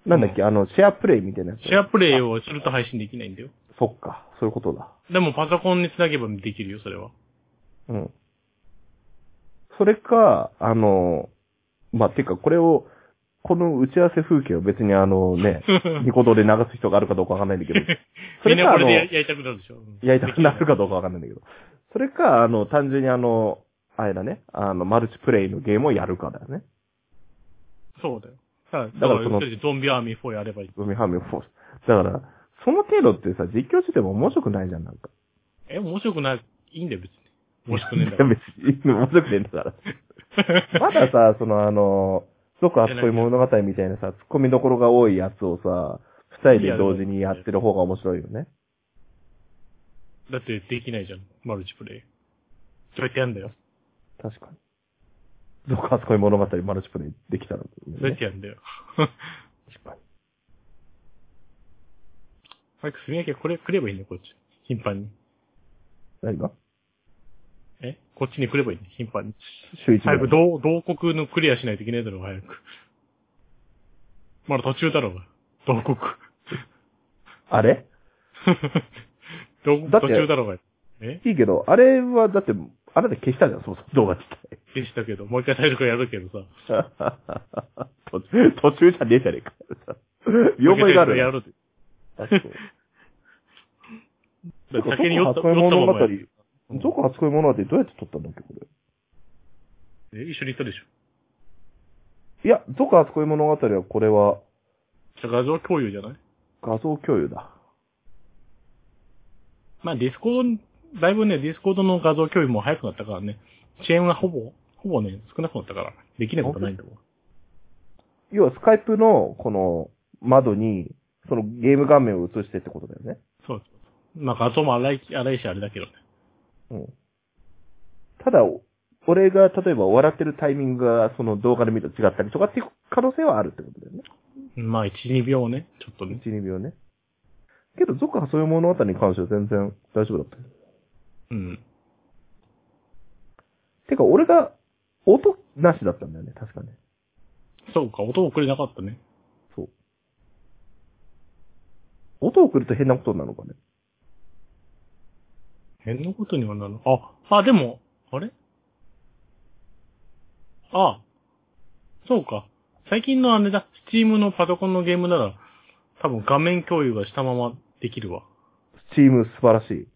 なんだっけ、あの、シェアプレイみたいなやつ。シェアプレイをすると配信できないんだよ。そっか、そういうことだ。でもパソコンに繋げばできるよ、それは。うん。それか、あの、まあ、てかこれを、この打ち合わせ風景を別にあのね、ニコ動で流す人があるかどうかわかんないんだけど、 そみんれなかあこれの、でやややりたくなるでしょ。うんりたくなるかどうかわかんないんだけど、それか、あの、単純にあの、あれだね、あの、マルチプレイのゲームをやるかだよね。そうだよ。だかだかららその、ゾンビアーミー4やればいい。海ハミフォース。だから、その程度ってさ、実況してても面白くないじゃん、なんか。え、面白くない、いいんだよ、別に。面白くねえんだから。 別に、面白くねえんだから。まだ さ、そのあの、すごく熱い物語みたいなさ、突っ込みどころが多いやつをさ、二人で同時にやってる方が面白いよね。だってできないじゃん、マルチプレイ。そうやってやんだよ。確かに。どこ熱い物語マルチプレイできたら、そうやっね。てやんだよ。確か早く炭焼きはこれ来ればいいね、こっち。頻繁に。に。何がえこっちに来ればいいね、頻繁に。週一ぐら早いく同、同国のクリアしないといけないだろう、早く。まだ途中だろうが、同国。 あれ同国だっ途て中だろうが。えいいけど、あれはだって、あなた消したじゃん、そもそも動画自体。でしたけど、もう一回最初からやるけどさ。 途中、途中じゃねえじゃねえか。見覚えがあるやな。る。あそうだから先に酔っどた、こ初恋酔った物ま語まやる。どこ初恋物語どうやって撮ったんだっけ、これ。え一緒に行ったでしょ。いや、俗初恋物語はこれはじゃあ画像共有じゃない画像共有だ。まあ、ディスコード、だいぶね、ディスコードの画像共有も早くなったからね、遅延はほぼ、ほぼね、少なくなったから、できないことはないんだもん。要はスカイプのこの窓にそのゲーム画面を映してってことだよね。そうそう。まあ、画像も荒い、荒いし、あれだけどね。うん。ただ、お俺が例えば笑ってるタイミングがその動画で見ると違ったりとかっていう可能性はあるってことだよね。まあ、1、2秒ね、ちょっとね。 1、2秒ね。けど、俗初恋物語に関しては全然大丈夫だったよ。うん。てか、俺が音なしだったんだよね、確かね。そうか、音をくれなかったね。そう。音を送ると変なことになるのかね。変なことにはなる。あ、あ、でも、あれあ、そうか。最近のあれだ、Steam のパソコンのゲームなら、多分画面共有がしたままできるわ。スチーム素晴らしい。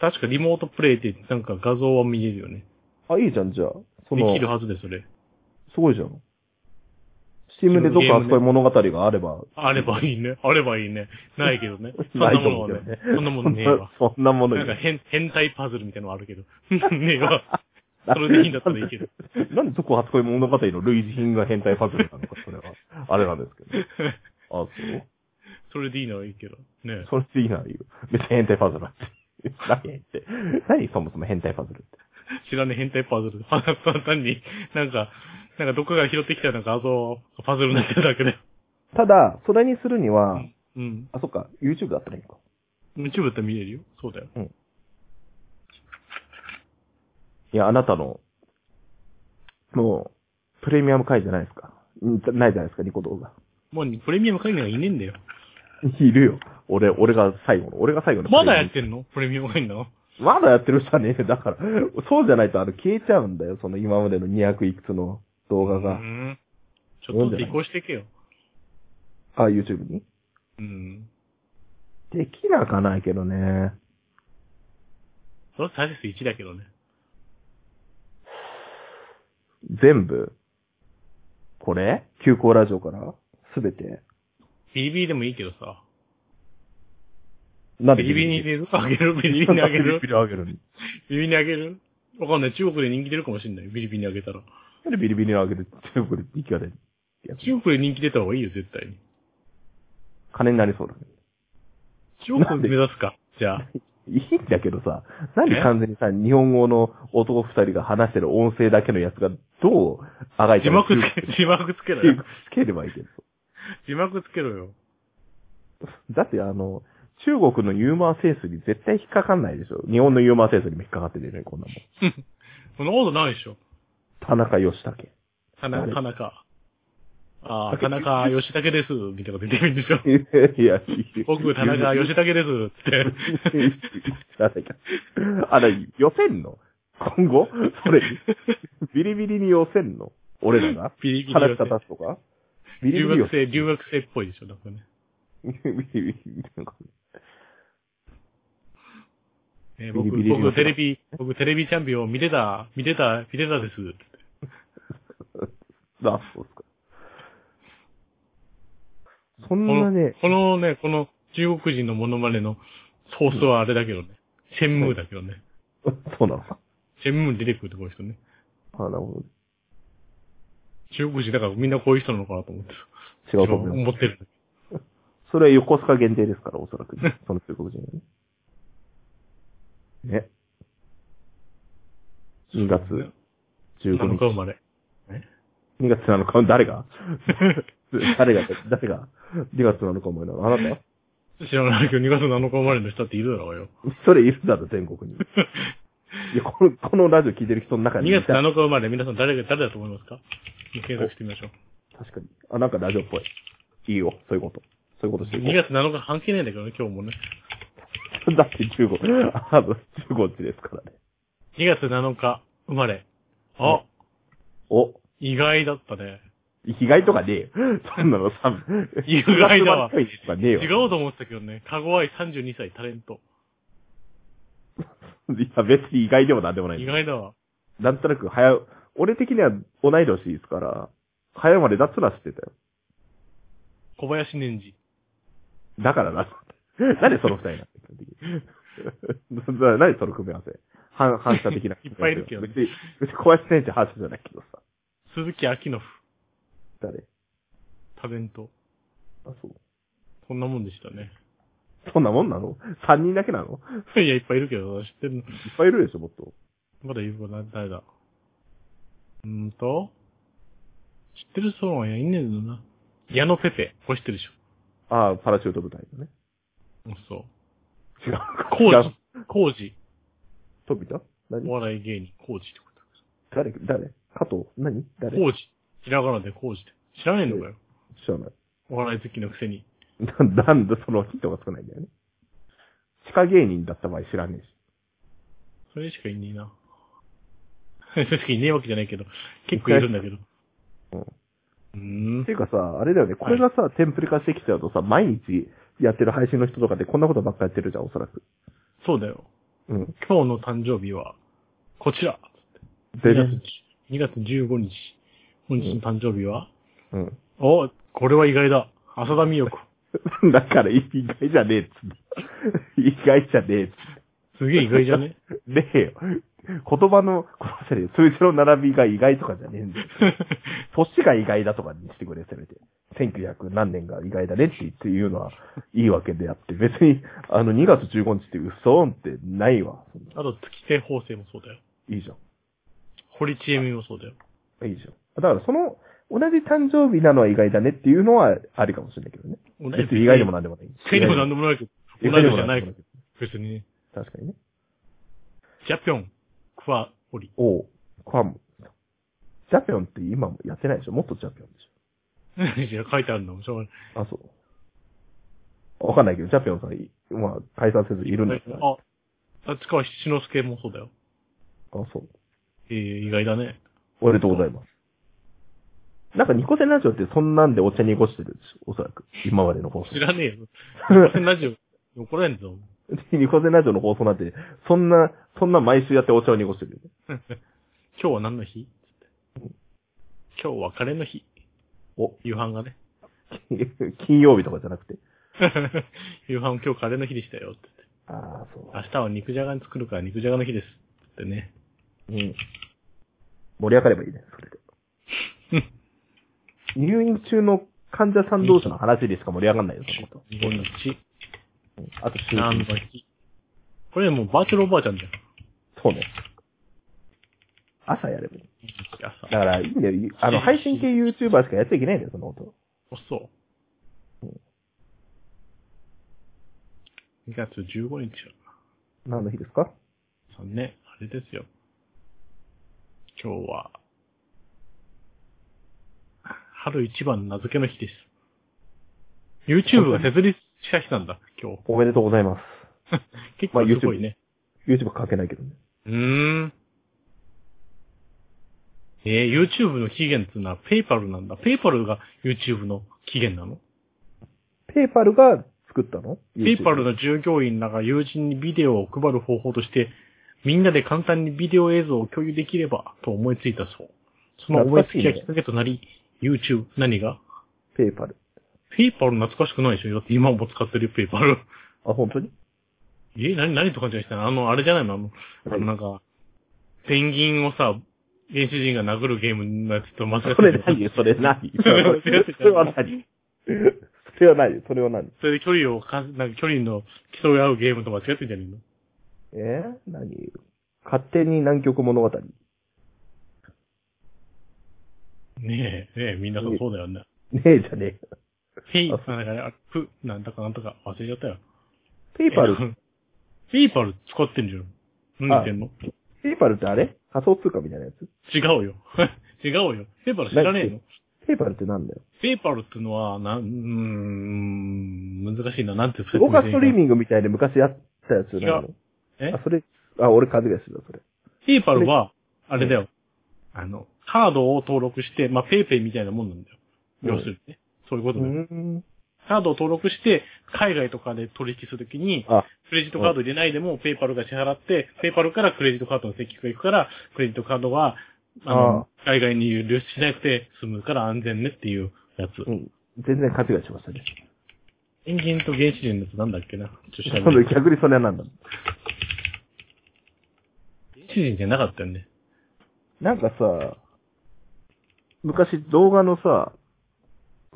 確かリモートプレイってなんか画像は見えるよね。あ、いいじゃん、じゃあ。そでのき、るはずです、それ。すごいじゃん。スチームでどっかあそこに物語があれば。あればいいね。あればいいね。ないけどね。そ んなないともの思はうけどねね。。そんなものねえわ。 そんなものなんか変、変態パズルみたいなのはあるけど。 ねえわ。それでいいんだったらいいけど。 なんでそこ初恋物語の類似品が変態パズルなのか、それは。あれなんですけど。 あ、そうそれでいいのはいいけど。ねそれでいいな、言う。別に変態パズルなんて。 何って。何そもそも変態パズルって。知らねえ変態パズル。あ単に、なんか、なんかどこかが拾ってきたような画像がパズルになってるだけで。ただ、それにするには、うん。あ、そっか、YouTube だったらいいのか。 YouTube だって見れるよ。そうだよ。いや、あなたの、もう、プレミアム会じゃないですか。んないじゃないですか、ニコ動画。もうプレミアム会員はいねえんだよ。 いるよ。俺、俺が最後の、俺が最後のプレまミアム。だやってんのプレミアム会員なのまだやってる人はねえ。 だから、そうじゃないとあの消えちゃうんだよ。その今までの200いくつの動画うが。ん。ちょっと移行してけよ。あ、YouTube に。うん。できなかないけどね。それは再生数1だけどね。全部。これ休校ラジオからすべて。ビリビリでもいいけどさ。なんビリビリにあげるビリビビリにリあげビるリにあげるの。ビリビリにあげるわかんない。中国で人気出るかもしんない。ビリビリにあげたら。なんでビリビリにあげるっていうことで息が出る。中国で人気出た方がいいよ、絶対に。金になりそうだね。中国目指すか。じゃあ。いいんだけどさ、なんで完全にさ、日本語の男二人が話してる音声だけのやつがどうあがいて字る幕つけ、字幕つ けろよ。つければいいけど。字幕つけろよ。 だってあの、中国のユーマーセンスに絶対引っかかんないでしょ。日本のユーマーセンスにも引っかかってるよね、こんなもん。そんなことないでしょ。田中義武。田中、誰田中。ああ、田中義武です。みたいなこと言ってるんで しょ。いや、僕、田中義武です。って。 なんだっけあれ、寄せんの今後それ、ビリビリに寄せんの俺らが ビリビリ寄せ話し方とかビリ留ビリ寄学せ生、留学生っぽいでしょ、なんかね。ビリビリなんかえー僕、ビリビリ僕テレビ、僕テレビチャンピオン見てた、見てた、見てたです。あ、そうっすか。そんこなのね、このね、この中国人のモノマネのソースはあれだけどね。シェンムーだけどね。そうなのか。シェンムーに出てくるってこういう人ね。あ、なるほ中国人だからみんなこういう人なのかなと思って。ど。違うと思います。思ってる。それは横須賀限定ですから、おそらくね、その中国人はね。ね。2月7 15日生日。まれ。 2月7日、誰が 誰が、誰が ?2 月7日思いなのあな知らないけど2月7日生まれの人っているだろうよ。たそれいるだろ、全国に。いや、この、このラジオ聞いてる人の中に2い月た。 7日生まれ、皆さん誰が、誰だと思いますか検索してみましょう。確かに。あ、なんかラジオっぽい。いいよ、そういうこと。そういうことしていこ2月7日関係ないんだけどね、今日もね。う。 だって15、あの、15日ですからね。 2月7日生まれ。あ、お、意外だったね。被害とかねえよ。そんなのさ、意外だわ被害とかねえよ。違うと思ってたけどね。かごわい32歳タレント。いや、別に意外でもなんでもな意い。外だわ。なんとなく早う、俺的には同い年ですから、早生まれだっつうのは知ってたよ。小林年次。だからな。なんでその二人なんだ基本的に なんでその組み合わせ反、反射的な。いっぱいいるけどね別に、別に小林選手反射じゃないけどさ。鈴木明信。誰タレント。あ、そう。こんなもんでし たね。そんなもんなの三人だけなのいや、いっぱいいるけど、知ってるの。いっぱいいるでしょ、もっと。まだ言うことない、誰だ。うーんと、知ってる人の方がいねえんだな。矢野ペペ、これ知ってるでしああ、パラシュート部隊のね。ょ。うんそう。違う。コ違ーうジ、。コージ、飛びた何お笑い芸人、コージってこ誰誰加藤何と。誰コージ、ひらがなでコージで。知らねえのかよ。知らない。お笑い好きのくせに。な、なんでそのヒントが少ないんだよね。地下芸人だった場合知らねえし。それしかいねえな。 それしかいねえわけじゃないけど、結構いるんだけど。うん。うーんて。いうかさ、あれだよね、これがさ、テンプレ化してきちゃうとさ、毎日やってる配信の人とかでこんなことばっかやってるじゃん、おそらく。そうだよ。うん。今日の誕生日は、こちら。で2ね月。2月15日。本日の誕生日は、うん。おこれは意外だ。浅田美代子。 だから、意外じゃねえっつって。意外じゃねえっつっすげえ意外じ ゃねて。ねえよ。言葉の、言葉じゃねえ数字の並びが意外とかじゃねえんだよ。年が意外だとかにしてくれ、せめて。1900何年が意外だねって言って言うのはいいわけであって、別に、 あの、2月15日って嘘んってないわ。そんなあと、月星法制もそうだよ。いいじゃん。堀ちえみもそうだよ。いいじゃん。だからその、同じ誕生日なのは意外だねっていうのはありかもしれないけどね。同別に意外でもなんでもない。意外でもなんででもないけど。意同外いでも年じゃなないいけど。別に。確かにね。ジャピョン、クワ、オ リ。おう、クワム。ジャピョンって今もやってないでしょもっとジャピョンでしいや、書いてあるんだもん、しょうがない。ょあ、そう。わかんないけど、ジャピョンさんい、まあ、解散せずいるんだから。あ、あ、立川七之助もそうだよ。そう。えー、意外だね。おめでとうございます。なんか、ニコセンラジオってそんなんでお茶濁してるでしょおそらく。今までの放送知。らねえよ。ラジオ、怒られんぞ。 ニコセンラジオの放送なんて、そんな、そんな毎週やってお茶を濁してるよね。 今日は何の日今日はカレーの日。お、夕飯がね。金曜日とかじゃなくて。 夕飯今日カレーの日でしたよ。ってああ、そう。明日は肉じゃがに作るから肉じゃがの日です。ってね。うん。盛り上がればいいね、それ で。入院中の患者さん同士の話でしか盛り上がんないよ、そのこと。 25日、うんあと、週何の日。これもうバーチャルおばあちゃんじゃん。そうね。朝やればいい。だか朝。ら、いいんだよ。あの、配信系 YouTuber しかやっちゃいけないんだよ、そのこと。そう。2月15日は、何の日ですか3年、あれですよ。今日は、春一番名付けの日です。YouTube が設立した日なんだ、今日。おめでとうございます。結まあ構すごいね。 YouTube 関係ないけどね。うーん。えー、YouTube の起源っていうのは PayPal なんだ。PayPal が YouTube の起源なのペーパルが作ったの PayPal の従業員らが友人にビデオを配る方法として、みんなで簡単にビデオ映像を共有できればと思いついたそう。その思いつきがきっかけとなり、YouTube、何がペーパル。 ?PayPal 懐かしくないでしょだって今も使ってるよ、PayPal。 あ、本当にえ、何、何と勘違いしたのあの、あれじゃないのあの、あのなんか、ペンギンをさ、原始人が殴るゲームのやつと間違ってそれ何それ何 それはそれは何それは何それは何それで距離をか、なんか距離の競い合うゲームと間違ってんじゃねえのえー何勝手に南極物語。ねえ、ねえ、みんなそうそうだよね。ねえじゃねえ。ペイ、なんだかね、あプ、なんだかなんとか忘れちゃったよ。ペーパル、ペイパル使ってんじゃん。何言ってんのペーパルってあれ仮想通貨みたいなやつ違うよ。 違うよ。ペイパル知らねえのペーパルってなんだよ。ペイパルってのは、なん、うーん、難しいな。なんて 説動画ストリーンミングみたいで昔やったやつじゃないのえあ、それ、あ、俺勘違いしてた、それ。ペイパルは、あれだよ。あの、カードを登録して、まあ、ペイペイみたいなもんなんだよ。要するにね。そういうことだよ。ん。カードを登録して、海外とかで取引するときに、あ、クレジットカード入れないでも、ペイパルが支払って、ペイパルからクレジットカードの請求が行くから、クレジットカードは、あの、海外に流出しなくて済むから安全ねっていうやつ。うん。全然勘違いしましたね。ペンギンと原始人のやつなんだっけなちょっと調そべのて逆にそれはなんだ原始人じゃなかったよね。なんかさ、昔動画のさ、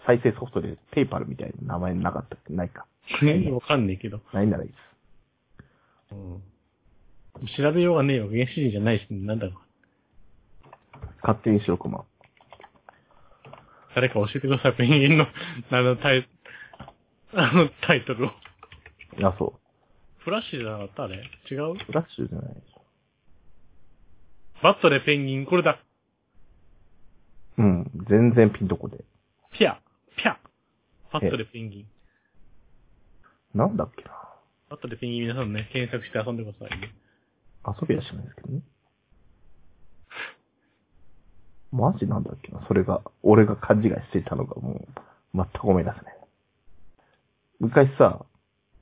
再生ソフトでペーパルみたいな名前なかったっけないか。わかんねえけど。ないならいいです。うん調べようがねえよ。原始人じゃないし、なんだろう。勝手にしろ、コマ。誰か教えてください。ペンギンの、あの、タイ、あの、タイトルを。あ、そフラッシュじゃなかったあれ違うう。フラッシュじゃない。バットでペンギン、これだ。うん。全然ピンとこで。ピャ、ピャ。パッとでペンギン。なんだっけな。パッとでペンギン皆さんね、検索して遊んでくださいね。遊びはしないですけどね。マジなんだっけな。それが、俺が勘違いしていたのがもう、全く思い出せない。昔さ、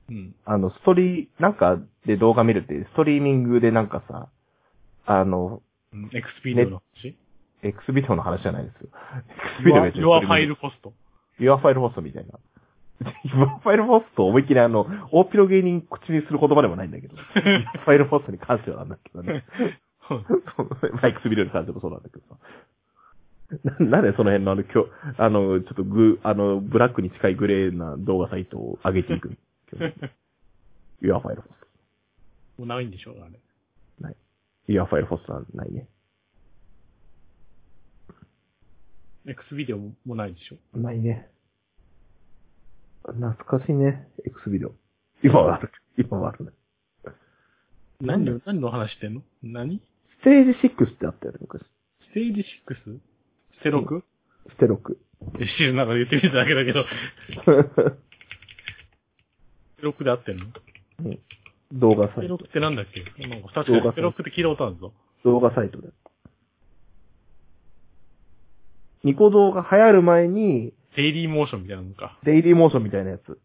うん。あの、ストリー、なんかで動画見るって、ストリーミングでなんかさ、あの、うん。エクスピードの話 X ビデオの話じゃないですよ。X ビデオ ?Your めっちゃよ Your File Post。 Your File ホストみたいな。Your File ホストを思いっきりあの、大ピロ芸人口にする言葉でもないんだけど。Your File ホストに関してはなんだけどね。 マイクスビデオに関してもそうなんだけどさ。な、なんでその辺のあの、今日、あの、ちょっとグー、あの、ブラックに近いグレーな動画サイトを上げてい く。Your File ホスト。 もうないんでしょう、あれ。ない。Your File ホストはないね。エクスビデオももうないでしょ。ないね。懐かしいね、X ビデオ。今はある。今はあるね。なん何での、何の話してんの何ステージ6ってあったよね、昔。ステージ 6? ステ 6? ステ6。 え、知るなんか言ってみただけだけど、ステ6で合ってんの動画ステサイト。 6ってなんだっけなんか確かにステ6って聞いたことあるぞ。動画サイトで。ニコ動が流行る前に、デイリーモーションみたいなのか。デイリーモーションみたいなやつ。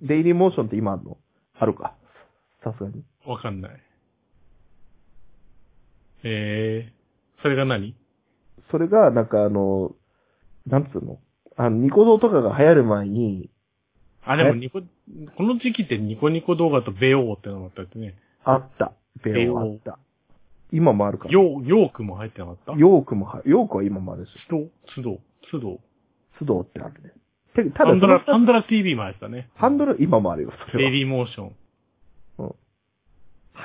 デイリーモーションって今あるのあるか。さすがに。わかんない。えー、それが何それが、なんかあの、なんつうのあの、ニコ動とかが流行る前に、あ、でもニコ、この時期ってニコニコ動画とベオーってのがあったってね。あった。ベオあった。今もあるから。ヨー、ヨークも入ってなかったヨークもは、ヨークは今もあるし、須藤、須藤、須須藤ってあるね。てただ藤。ハンそドのラ、、ハンドラ TV も入ってたね。ハンドル今もあるよ、それはデイ。リーモーション。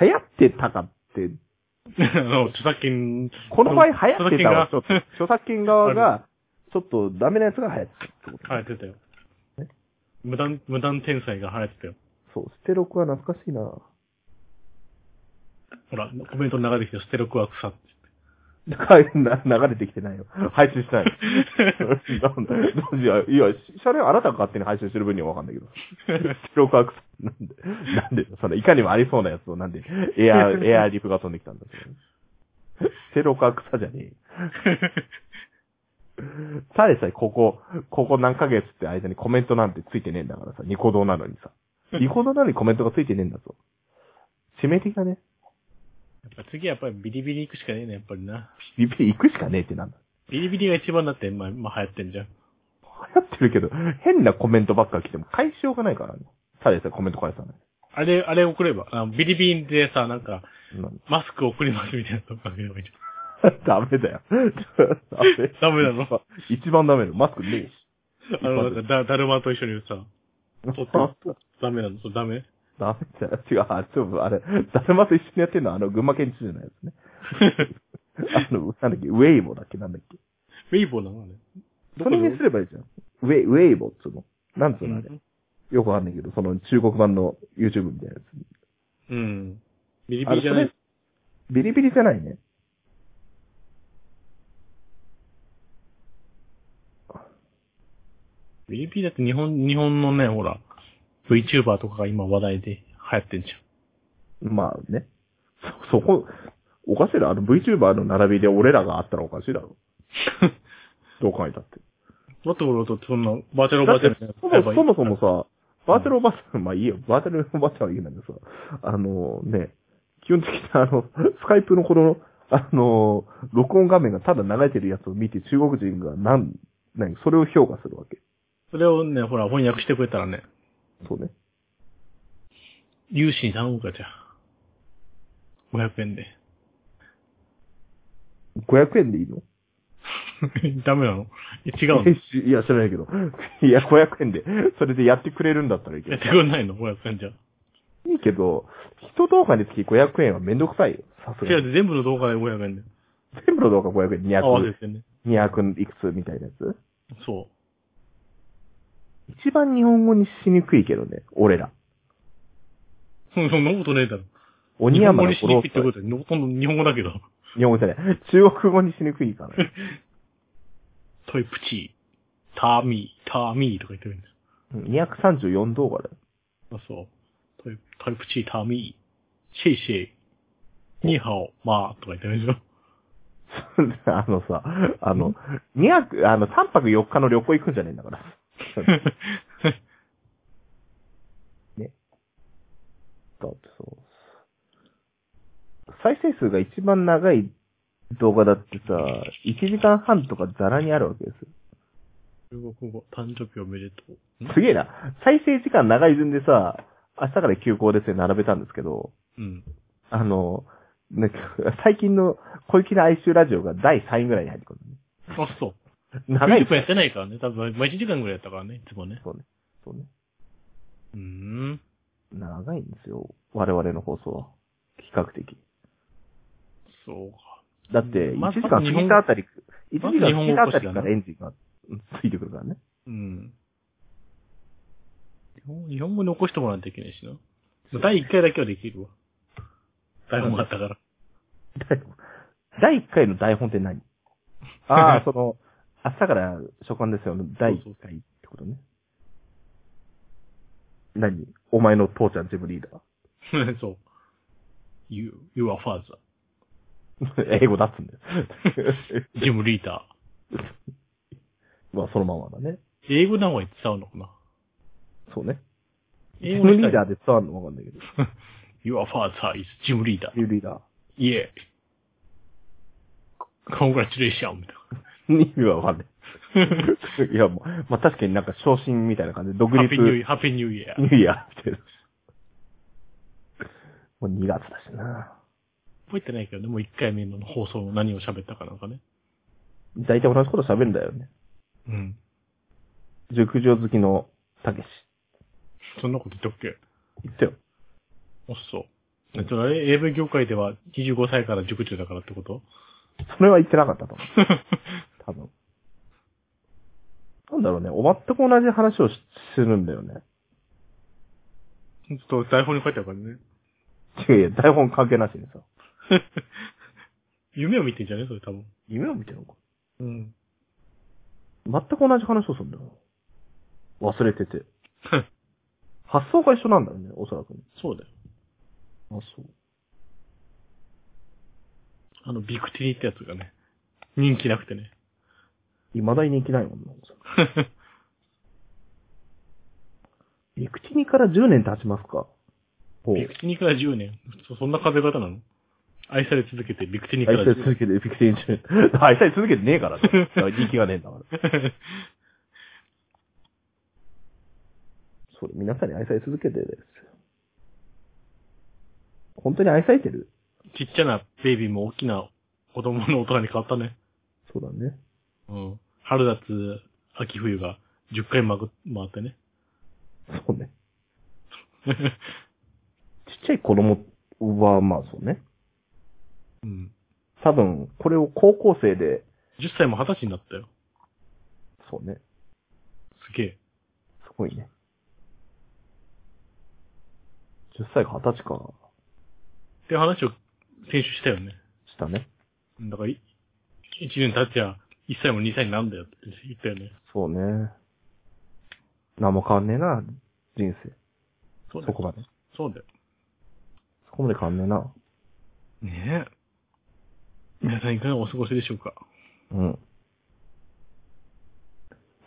流行ってたかって、あの、著作権。この場合流行ってたわ、ちょ 著っ作と権が。著作権側が、ちょっとダメなやつが流行ってたってこと。流行ってたよ。無断、無断天才が流行ってたよ。そう、ステロクは懐かしいな ほら、コメントの流れてきたよステロクは 草って。だから、な流れてきてないよ。配信して ないよ。なんだなんだいや、しそれはあなたが勝手に配信してる分にはわかんないけど。 ステロクは、なんで、なんで、その、いかにもありそうなやつをなんで、エア、エアリフが飛んできたんだけどステロクは草じゃねえよ。ただでさえここ、ここ何ヶ月って間にコメントなんてついてねえんだからさ、ニコ動なのにさ。ニコ動なのにコメントがついてねえんだぞ。致命的だね。やっぱ次はやっぱりビリビリ行くしかねえな、やっぱりな。ピリピリ行くしかねえってなんだ。ビリビリが一番だって、まあ、まあ流行ってんじゃん。流行ってるけど、変なコメントばっか来ても返しようがないからね。ただでさえコメント返さない。あれ、あれ送れば、あのビリビリでさ、なんか、なんマスク送りますみたいなとこかければいいじ ダメだよ。ダメ。ダメ なの一番ダメだよ。マスクねえし。ゃん。あの、なんかだ、だるまと一緒にさ、撮ってますダメなのそう、ダメ ダメだよ。違う、あ、ちょっと、あれ、誰まと一緒にやってんのはあの、群馬県知事のや つね。あの、なんだっけ、ウェイボだっけ、なんだっけ。ウェイボーなのあれ。それにすればいいじゃん。ウェイ、ウェイボっつうの。なんつうのあれ。よくわかんないけど、その中国版の YouTube みたいなやつ。うん。ビリビリじゃなあいれ。ビリビリじゃないね。ビリビリだって日本、日本のね、ほら、VTuber とかが今話題で流行ってんじまあね。そ、そこ、おかしいな。あの VTuber の並びで俺らがあったらおかしい だろ。ゃん。どう考えたって。だって俺だってそんな、バーチャルおだばあっちゃんみてたいなのそ使えばもいいそもそもさ、バーチャルおばあちゃん、まあいいよ。バーチャルおばあちゃんはいいんだけどさ、あのね、基本的にあの、スカイプのこの、あの、録音画面がただ流れてるやつを見て中国人がなん、何、それを評価するわけ。それをね、ほら、翻訳してくれたらね、そうね。有志に頼むかじゃあ。500円で。 500円でいいのダメなのえ違うの いや、知らないけど。いや、500円で、それでやってくれるんだったらいいけどやっ。てくんないの ?500 円じゃ。いいけど、一動画につき500円はめんどくさいよ。さすが違に。う、全部の動画で500円で。全部の動画500円、合わせ200、てね。 200いくつみたいなやつそ一番日本語にしにくいけどね、俺ら。う。そんなことねえだろ。鬼日本山語のにし頃にっくいてってことは、ほとんど日本語だけど。日本語じゃない。中国語にしにくいから、ね。トイプチー。ターミー、ターミーとか言ってるんです。うん234動画だよ。 あ、そう。トイトイプチーターミー、シェイシェイ、ニーハオ、マーとか言ってるんですよ。あのさ、あの、2泊、あの、3泊4日の旅行行くんじゃねえんだから。だってそう。再生数が一番長い動画だってさ、1時間半とかザラにあるわけですよ。 中国語、誕生日おめでとう。んすげえな。再生時間長い順でさ、明日から休校ですね、並べたんですけど、うん。あの、なんか、 最近の小粋な哀愁ラジオが第3位ぐらいに入ってくる、あ、そう。ね。長い90分やってないからね。多分、まあ1時間ぐらいやったからね、いつもね。そうね。そうね。うーん。長いんですよ。我々の放送は。比較的。そうか。だって、ま1あ時間過ぎたあたり、1時まず間過ぎたあた日本語起こしりだかならエンジンがうんついてくるからね。 うん。日本日本語残してもらわないといけないしな。もう第1回だけはできるわ。台本があったから。第第1回の台本って 何ああ、その、明日から初刊ですよ、第1回ってことね。何お前の父ちゃんジムリーダ そう。You, you are father, ー。 英語だっつ うんだよ。ジムリーダまあ、そのままだね。ー。英語の方が伝わるのかなそうね。ジ英語ムリーー。ダーで伝わるのわかんないけど。 You are father is ジムリーダージ。ムリーダ Yeah. Congratulations. ー。意味はわかん ない。いや、もう、まあ確かになんか昇進みたいな感じで、独立 Happy New Year. Happy New Year. ニューイヤーって。もう2月だしな。覚えてないけどね、もう1回目の放送の何を喋ったかなんかね。大体同じこと喋るんだよね。うん。熟女好きのたけし。そんなこと言っとくけ言ってよ。おっそう。えっと、あれ AV 業界では25歳から塾中だからってこと それは言ってなかったと思う。多分。なんだろうね。全く同じ話をしするんだよね。ちょっと台本に書いてあるからね。違ういや、台本関係なしにさ。夢を見てんじゃねそれ多分。夢を見てるのか。うん。全く同じ話をするんだよ。忘れて て。発想が一緒なんだよね、おそらくね。そうだよ。あ、そう。あの、ビクティリってやつがね、人気なくてね。未だに人気ないも んな。ビクチニから10年経ちますか。ほう。ビクティニから10年。そそんな数え方なの愛され続けてビクティニか愛らさ10れ年。続けて、ビクテン中。 愛され続けてねえからね。だから人気がねえんだから。 それ、皆さんに愛され続けてですよ。本当に愛されてるちっちゃなベイビーも大きな子供の大人に変わったね。そうだね。うん。春夏、秋冬が10回まぐ回ってね。そうね。 ちっちゃい子供は、まあそうね。うん。多分、これを高校生で、 10歳も20歳になったよ。そうね。すげえ。すごいね。10歳か20歳か、っていう話を先週したよね。したね。だからい、1年経っちゃ1歳も2歳になるんだよって言ったよね。そうね。何も変わんねえな、人生。そうだそよ。こまで。そうだよ。そこまで変わんねえな。ねえ。皆さんいかがお過ごしでしょうかうん。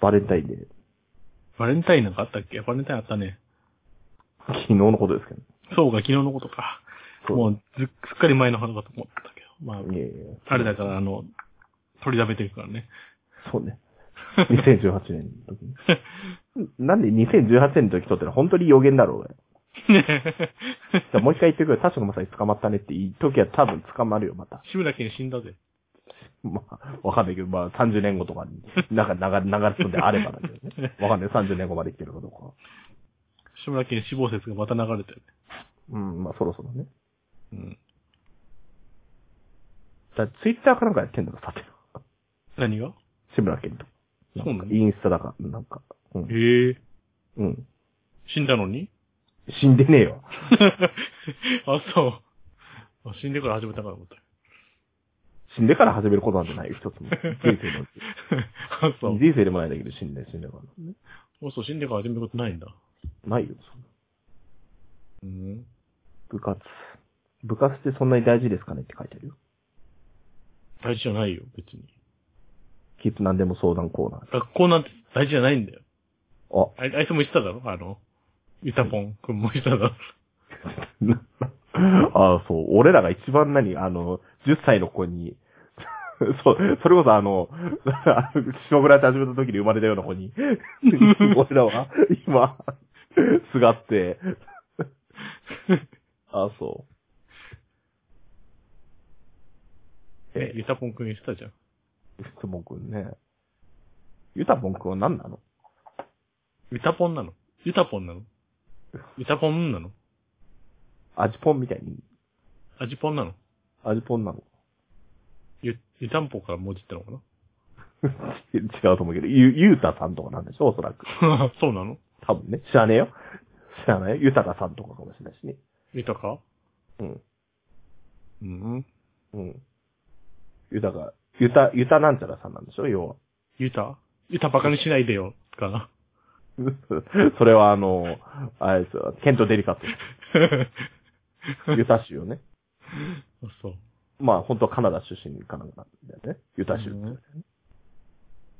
バレンタインデー。バレンタインなんかあったっけバレンタインあったね。昨日のことですけど。そうか、昨日のことか。そうもうず、すっかり前の話だと思ったけど。まあ、いやいやいやあれだから、あの、取りだめてるからね。そうね。2018年の時に。なんで2018年の時とってのは本当に予言だろ、俺。じゃあもう一回言ってくれ。確かまさに捕まったねって言う時は多分捕まるよ、また。 志村けん死んだぜ。まあ、わかんないけど、まあ30年後とかに、なんか流流すのであればだけどね。わかんない。30年後まで生きてるかどうかは。志村けん死亡説がまた流れてる。うん、まあそろそろね。うん。だツイッターかなんかやってんだろ、さて。何が志村けんとか。そうななんのかインスタだか、なんか。うん。へえ。うん。死んだのに死んでねえよ。 あ、そう。あ死んでから始めたから思った。死んでから始めることなんてないよ、 一つも。人生のうち。あ、そう。人生でもないんだけど、死んで、死んでから。もうそう、死んでから始めることないんだ。ないよ、そんなうん。部活。部活ってそんなに大事ですかねって書いてあるよ。大事じゃないよ、別に。キッズ何でも相談コーナー。学校なんて大事じゃないんだよ。あ、あいあいつも言ってただろあの、ゆたぽんくんも言ってただろあ そう。俺らが一番何、あの、10歳の子に、 そう、それこそあの、 島村で始めた時に生まれたような子に、 俺らは今、すがって、 あそう。ええ、ゆたぽんくん言ってたじゃん。質問くんね。ゆたぽんくんは何なのゆたぽんなのゆたぽんな のゆたぽんなの味ぽんみたいに、味ぽんなの味ぽんなのゆ、ゆたんぽからもうちってのか 違うと思うけど、ゆ、ゆうたさんとかなんでしょおそらく。な そうなの多分ね。知らねえよ。知らないよ。ゆたかさんとかかもしれないしね。ゆたかうん。うん。うん。ゆたか、ゆた、ゆたなんちゃらさんなんでしょ要は。 ゆたゆたバカにしないでよ、かな。 それはあの、あれですよ。ケントデリカット。ゆた州よね。あそう。まあ、本当はカナダ出身かなんかなんだよね。ゆた州って。うん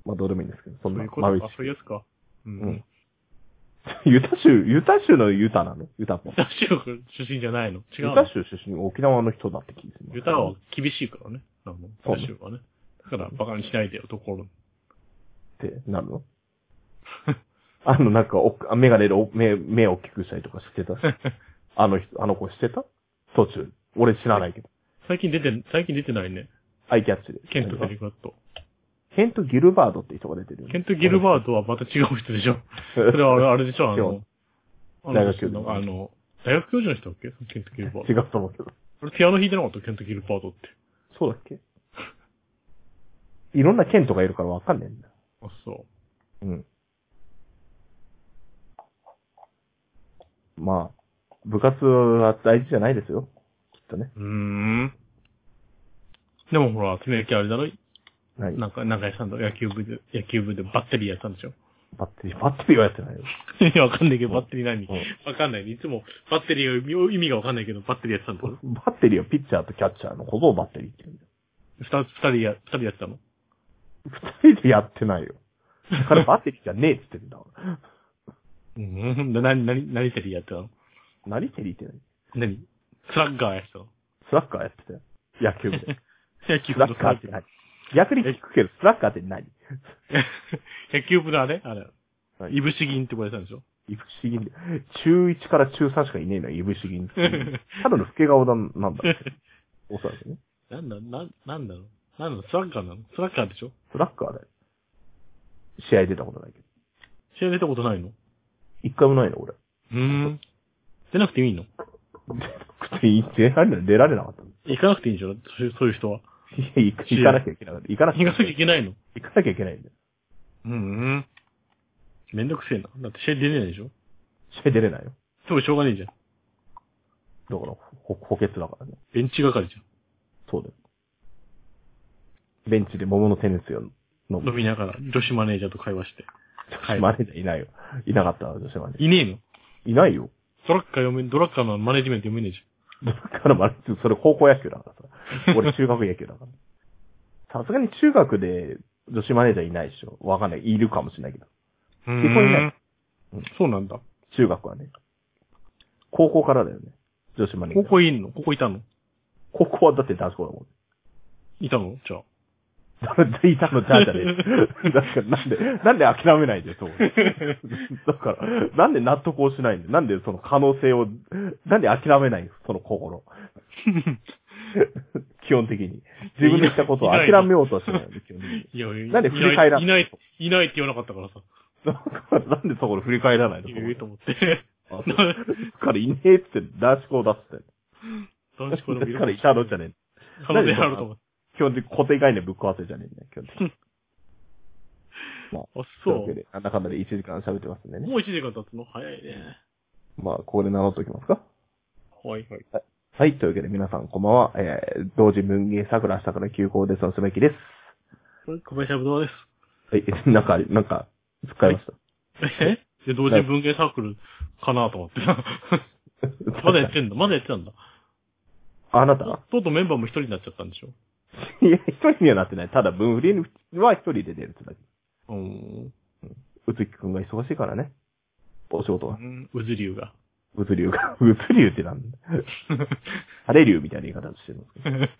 まあ、どうでもいいんですけど、そそんうないうこといか。そういうやつか。ううん。。 ユタ州、ユタ州のユタなのユタポンユ。タ州出身じゃないの違うユの。タ州出身、沖縄の人だって聞いてます。ユタは厳しいからね。あの、そうユタ州はね。だから、バカにしないでよ、と ころ。ってなるの あの、なんかお、あメガネでお目、目を大きくしたりとかして たあの人、あの子してた途中。俺知らないけど。最近出て、最近出てないね。アイキャッチで。ケント・デリカット。ケント・ギルバードって人が出てるよね。ケント・ギルーバートはまた違う人でしょ。そドれはあれあれでしょ、あ今日、のあの大学教授なんかあの、大学教授の人だっけケント・ギルバー ト。違うと思うけど。あれピアノ弾いてなかったケント・ギルバートって。そうだっけいろんなケントがいるからわかんねえんだ。あ、そうん。まあ、部活は大事じゃないですよ。きっとね。う。うーん。でもほら、つめやきあれだろ何なんか、中井さんと野球部で、野球部でバッテリーやったんでしょバッテリー、バッテリーはやってないよ。い やわかんないけど、バッテリー何うんわかんないね。いつも、バッテリーが意味がわかんないけど、バッテリーやってたんだろバッテリーはピッチャーとキャッチャーのことをバッテリーって言うんだよ。二つ、二人や、二人やってたの二人でやってないよ。だからバッテリーじゃねえって言ってんだから。 うん。で、何、何、何テリーやってたの何テリーって何何スラッガーやってたのスラッガーやってたよ。野球部で。野球ス部のラッガーって 何逆に聞くけど、スラッガーって何野球部のあれあれ。はいいぶし銀って呼ばれてたんでしょいぶし銀で。中1から中3しかいねえのよ、いぶし銀っていう。ただの老け顔だ、なんだ。おそらくね。 なんだ、なん、なんだろうなんだろうスラッガーなのスラッガーでしょスラッガーだよ。試合出たことないけど。試合出たことないのう一回もないの、俺。ーん。出なくていいの口に出られない出られなかったの。行かなくていいんでしょそういうそういう人は。いや行く行かなきゃいけない。行かなきゃ行かなきゃいけないの行かなきゃいけないんだよ。うん。めんどくせえな。だって試合出れないでしょ試合出れないよ。でもしょうがねえじゃん。だから、ほ補欠だからね。ベンチ係じそうだよ。ベンチで桃のテニスを飲ゃん。む。飲みながら女子マネージャーと会話して。女子マネージャーいないよ。いなかったわ、女子マネージいねえのャー。いないよ。ドラッカー読め、ドラッカーのマネジメント読めねえじだからマネージャーそれ高校野球だ からさ。俺中学野球だから。さすがに中学で女子マネージャーいないでしょ。わかんない。いるかもしれないけど。ゃん。基本いないうんそうなんだ。中学はね。高校からだよね。女子マネージこャー。こいんのここいたの高校はだって男子校だもん。いたのじゃあ。誰いたのじゃあじゃねえ。だからなんで、なんで諦めないんだよ、 そう。だから、なんで納得をしないんだよ。なんでその可能性を、なんで諦めないのその 心。基本的に。自分で言ったことを諦めようとはしないの、基本的 に。いや、いやなんで振り返らんいない、いないいないって言わなかったからさ。だからなんでそこで振り返らないのいそやこいやと 思って。あそうだからいねえって男子校だっつって。男だ子校でもいるからいたのじゃねえ。可能性あると思って。基本的に固定概念ぶっ壊せじゃねえんだよ、基本的に。まあ、あ、とそいうわけう。で、なんだかんだで1時間喋ってますんでね。もう1時間経つの早いね。まあ、ここで名乗っておきますか。はいはい。はい。はい。というわけで皆さんこんばんは。えー、同時文芸桜明日から休校ですのすべきです。小林ぶどうです。はい。なんか、なんか、使いました。え で、同時文芸サークルかなと思って。まだやってんだ。まだやってたんだ。 あなとた とうとうメンバーも一人になっちゃったんでしょいや、一人にはなってない。ただ、文振りには一人で出るってだけ。うん。うつきくんが忙しいからね。お仕事は。うずりゅうが。 うつりゅうが。 うつりゅうってなんだ晴れりゅうみたいな言い方してるんです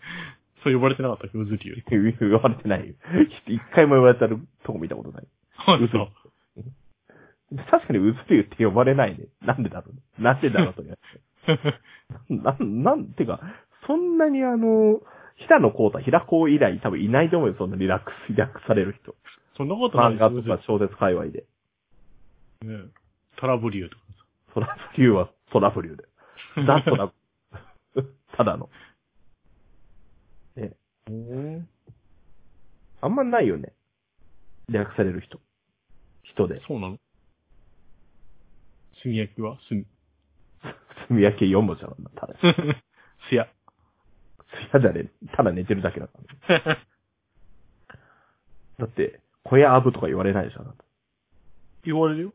そう呼ばれてなかったっけうずりゅう。けど 言われてないよ。一回も言われたるとこ見たことない。あうずそう。確かにうつりゅうって呼ばれないね。なんでだろう。なんでだろう、それ。 なん、なんてか、そんなにあの、平野幸太、平子以来多分いないと思うよ、そんなリラックス、リラックスされる人。そんなことな漫いです画うとずりゅか小説界隈で。うねトラブリューとかさ。トラブリューはトラブリューだよ。 ザ・ トラブ、 ただの。ね、あんまないよね。略される人。人で。そうなの炭焼きは 炭。炭焼き4文字なんだ、ただ。すや。嫌だね。ただ寝てるだけだから、だって、小屋アブとか言われないでしょ、あなた 言われるよ。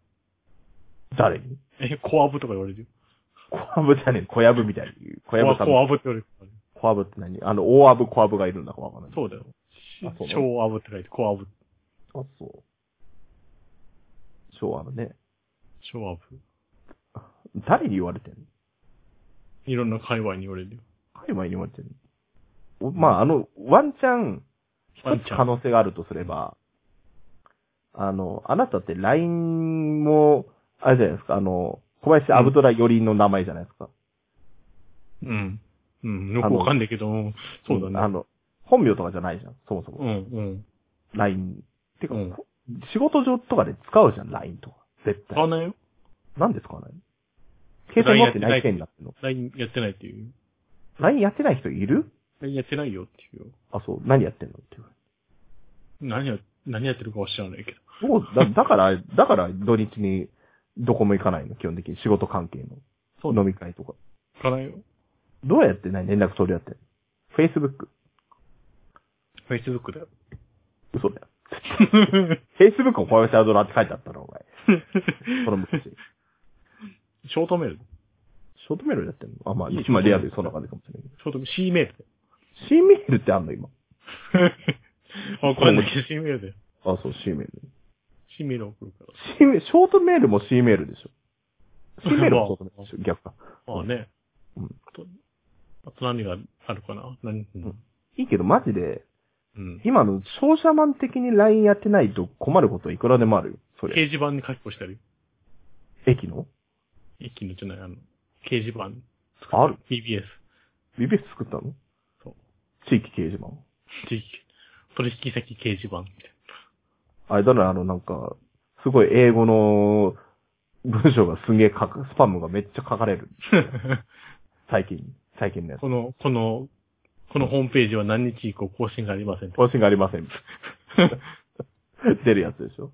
誰にえ、コアブとか言われるよ。小アブじゃねえ、小ヤブみたいに。小ヤブコさアん。コアブって言われる。小アブって何あの、大アブ、小アブがいるんだかわかんない。そうだよ。あそうなの超アブって書いて、コアブ。あ、そう。昭和のね。超アブ。誰に言われてんのいろんな界隈に言われるよ。界隈に言われてんのおまあ、あの、ワンチャン、ワン一チつャン可能性があるとすれば、あの、あなたって LINE も、あれじゃないですか、あの、小林アブトラ寄りの名前じゃないですか。うん。うん。よくわかんないけど、そうだね。あの、本名とかじゃないじゃん、そもそも。うん、うん。 LINE。てか、うん仕事上とかで使うじゃん、LINE とか。絶使わ対。ないよ。なんで使わないの携帯持ってない人になってんの LINE やってないっていう。 ?LINE やってない人いる LINE やってないよっていうよ。あ、そう、何やってんのっていう。何や、何やってるかは知らないけど。そう、 だ、だから、だから土日にどこも行かないの、基本的に仕事関係の。そう飲み会とか。行かないよ。どうやって何連絡取り合ってんの ?Facebook。 Facebook だよ。嘘だよ。Facebook を小林アドラーって書いてあったの、お前。その 昔。シ ショートメール。ショートメールやってんのあ、まあ、いいです今リアルでそんな感じかもしれないけど。ョートメール。C メー ルだよ。 C メールってあんの、今。わかんないけど、C メールだよ。あ、そう、C メール。 C メール送るか C メール、ショートメールも C メールでしょ。C メールもショートメールでしょ、逆か。ら。まあね。うんあと、あと何があるかな何うん。いいけど、マジで、うん。今の商社マン的に LINE やってないと困ることはいくらでもあるよ。そ掲れ。示板に書き越してあるよ。駅の一気のじゃない、あの、掲示板。ある BBS。 BBS 作ったのそう。地域掲示板。地域、取引先掲示板みたいあれだね、あの、なんか、すごい英語の文章がすげえ書く、スパムがめっちゃ書かれる。な。最近、最近の やつ。この、この、このホームページは何日以降更新がありません。更新がありま せん。出るやつでしょ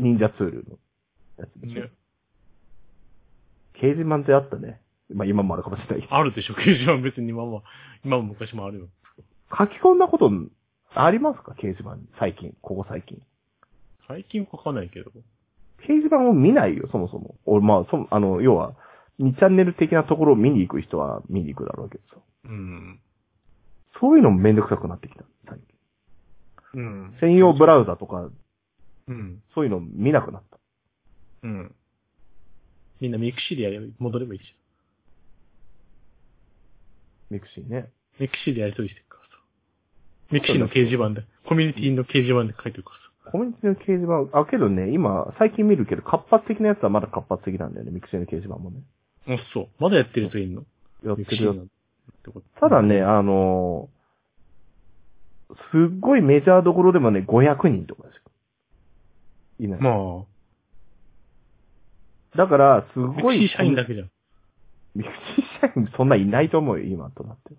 忍者ツールのやつでしょ、ね掲示板ってあったね。まあ今もあるかもしれないけど。あるでしょ、掲示板別に今も、今も昔もあるよ。書き込んだことありますか掲示板に。最近、ここ最近。最近書かないけど。掲示板を見ないよ、そもそも。俺、まあ、そ、あの、要は、2チャンネル的なところを見に行く人は見に行くだろうけどさ。うん。そういうのもめんどくさくなってきた。最近うん。専用ブラウザとか、うん。そういうの見なくなった。うん。みんなミクシーでやれば、戻ればいいじミクシーね。ゃん。ミクシーでやりとりしてるからさ。ミクシーの掲示板で、コミュニティの掲示板で書いてるからさ。コミュニティの掲示板、あ、けどね、今、最近見るけど、活発的なやつはまだ活発的なんだよね、ミクシーの掲示板もね。あ、そう。まだやってる人いるのやってミクシるよーなんてこと。ただね、あのーすっごいメジャーどころでもね、500人とかですよ。いない。まあ、だから、すミごクい。シー社員だけじゃん。ミクシー社員そんないないと思うよ、今となって。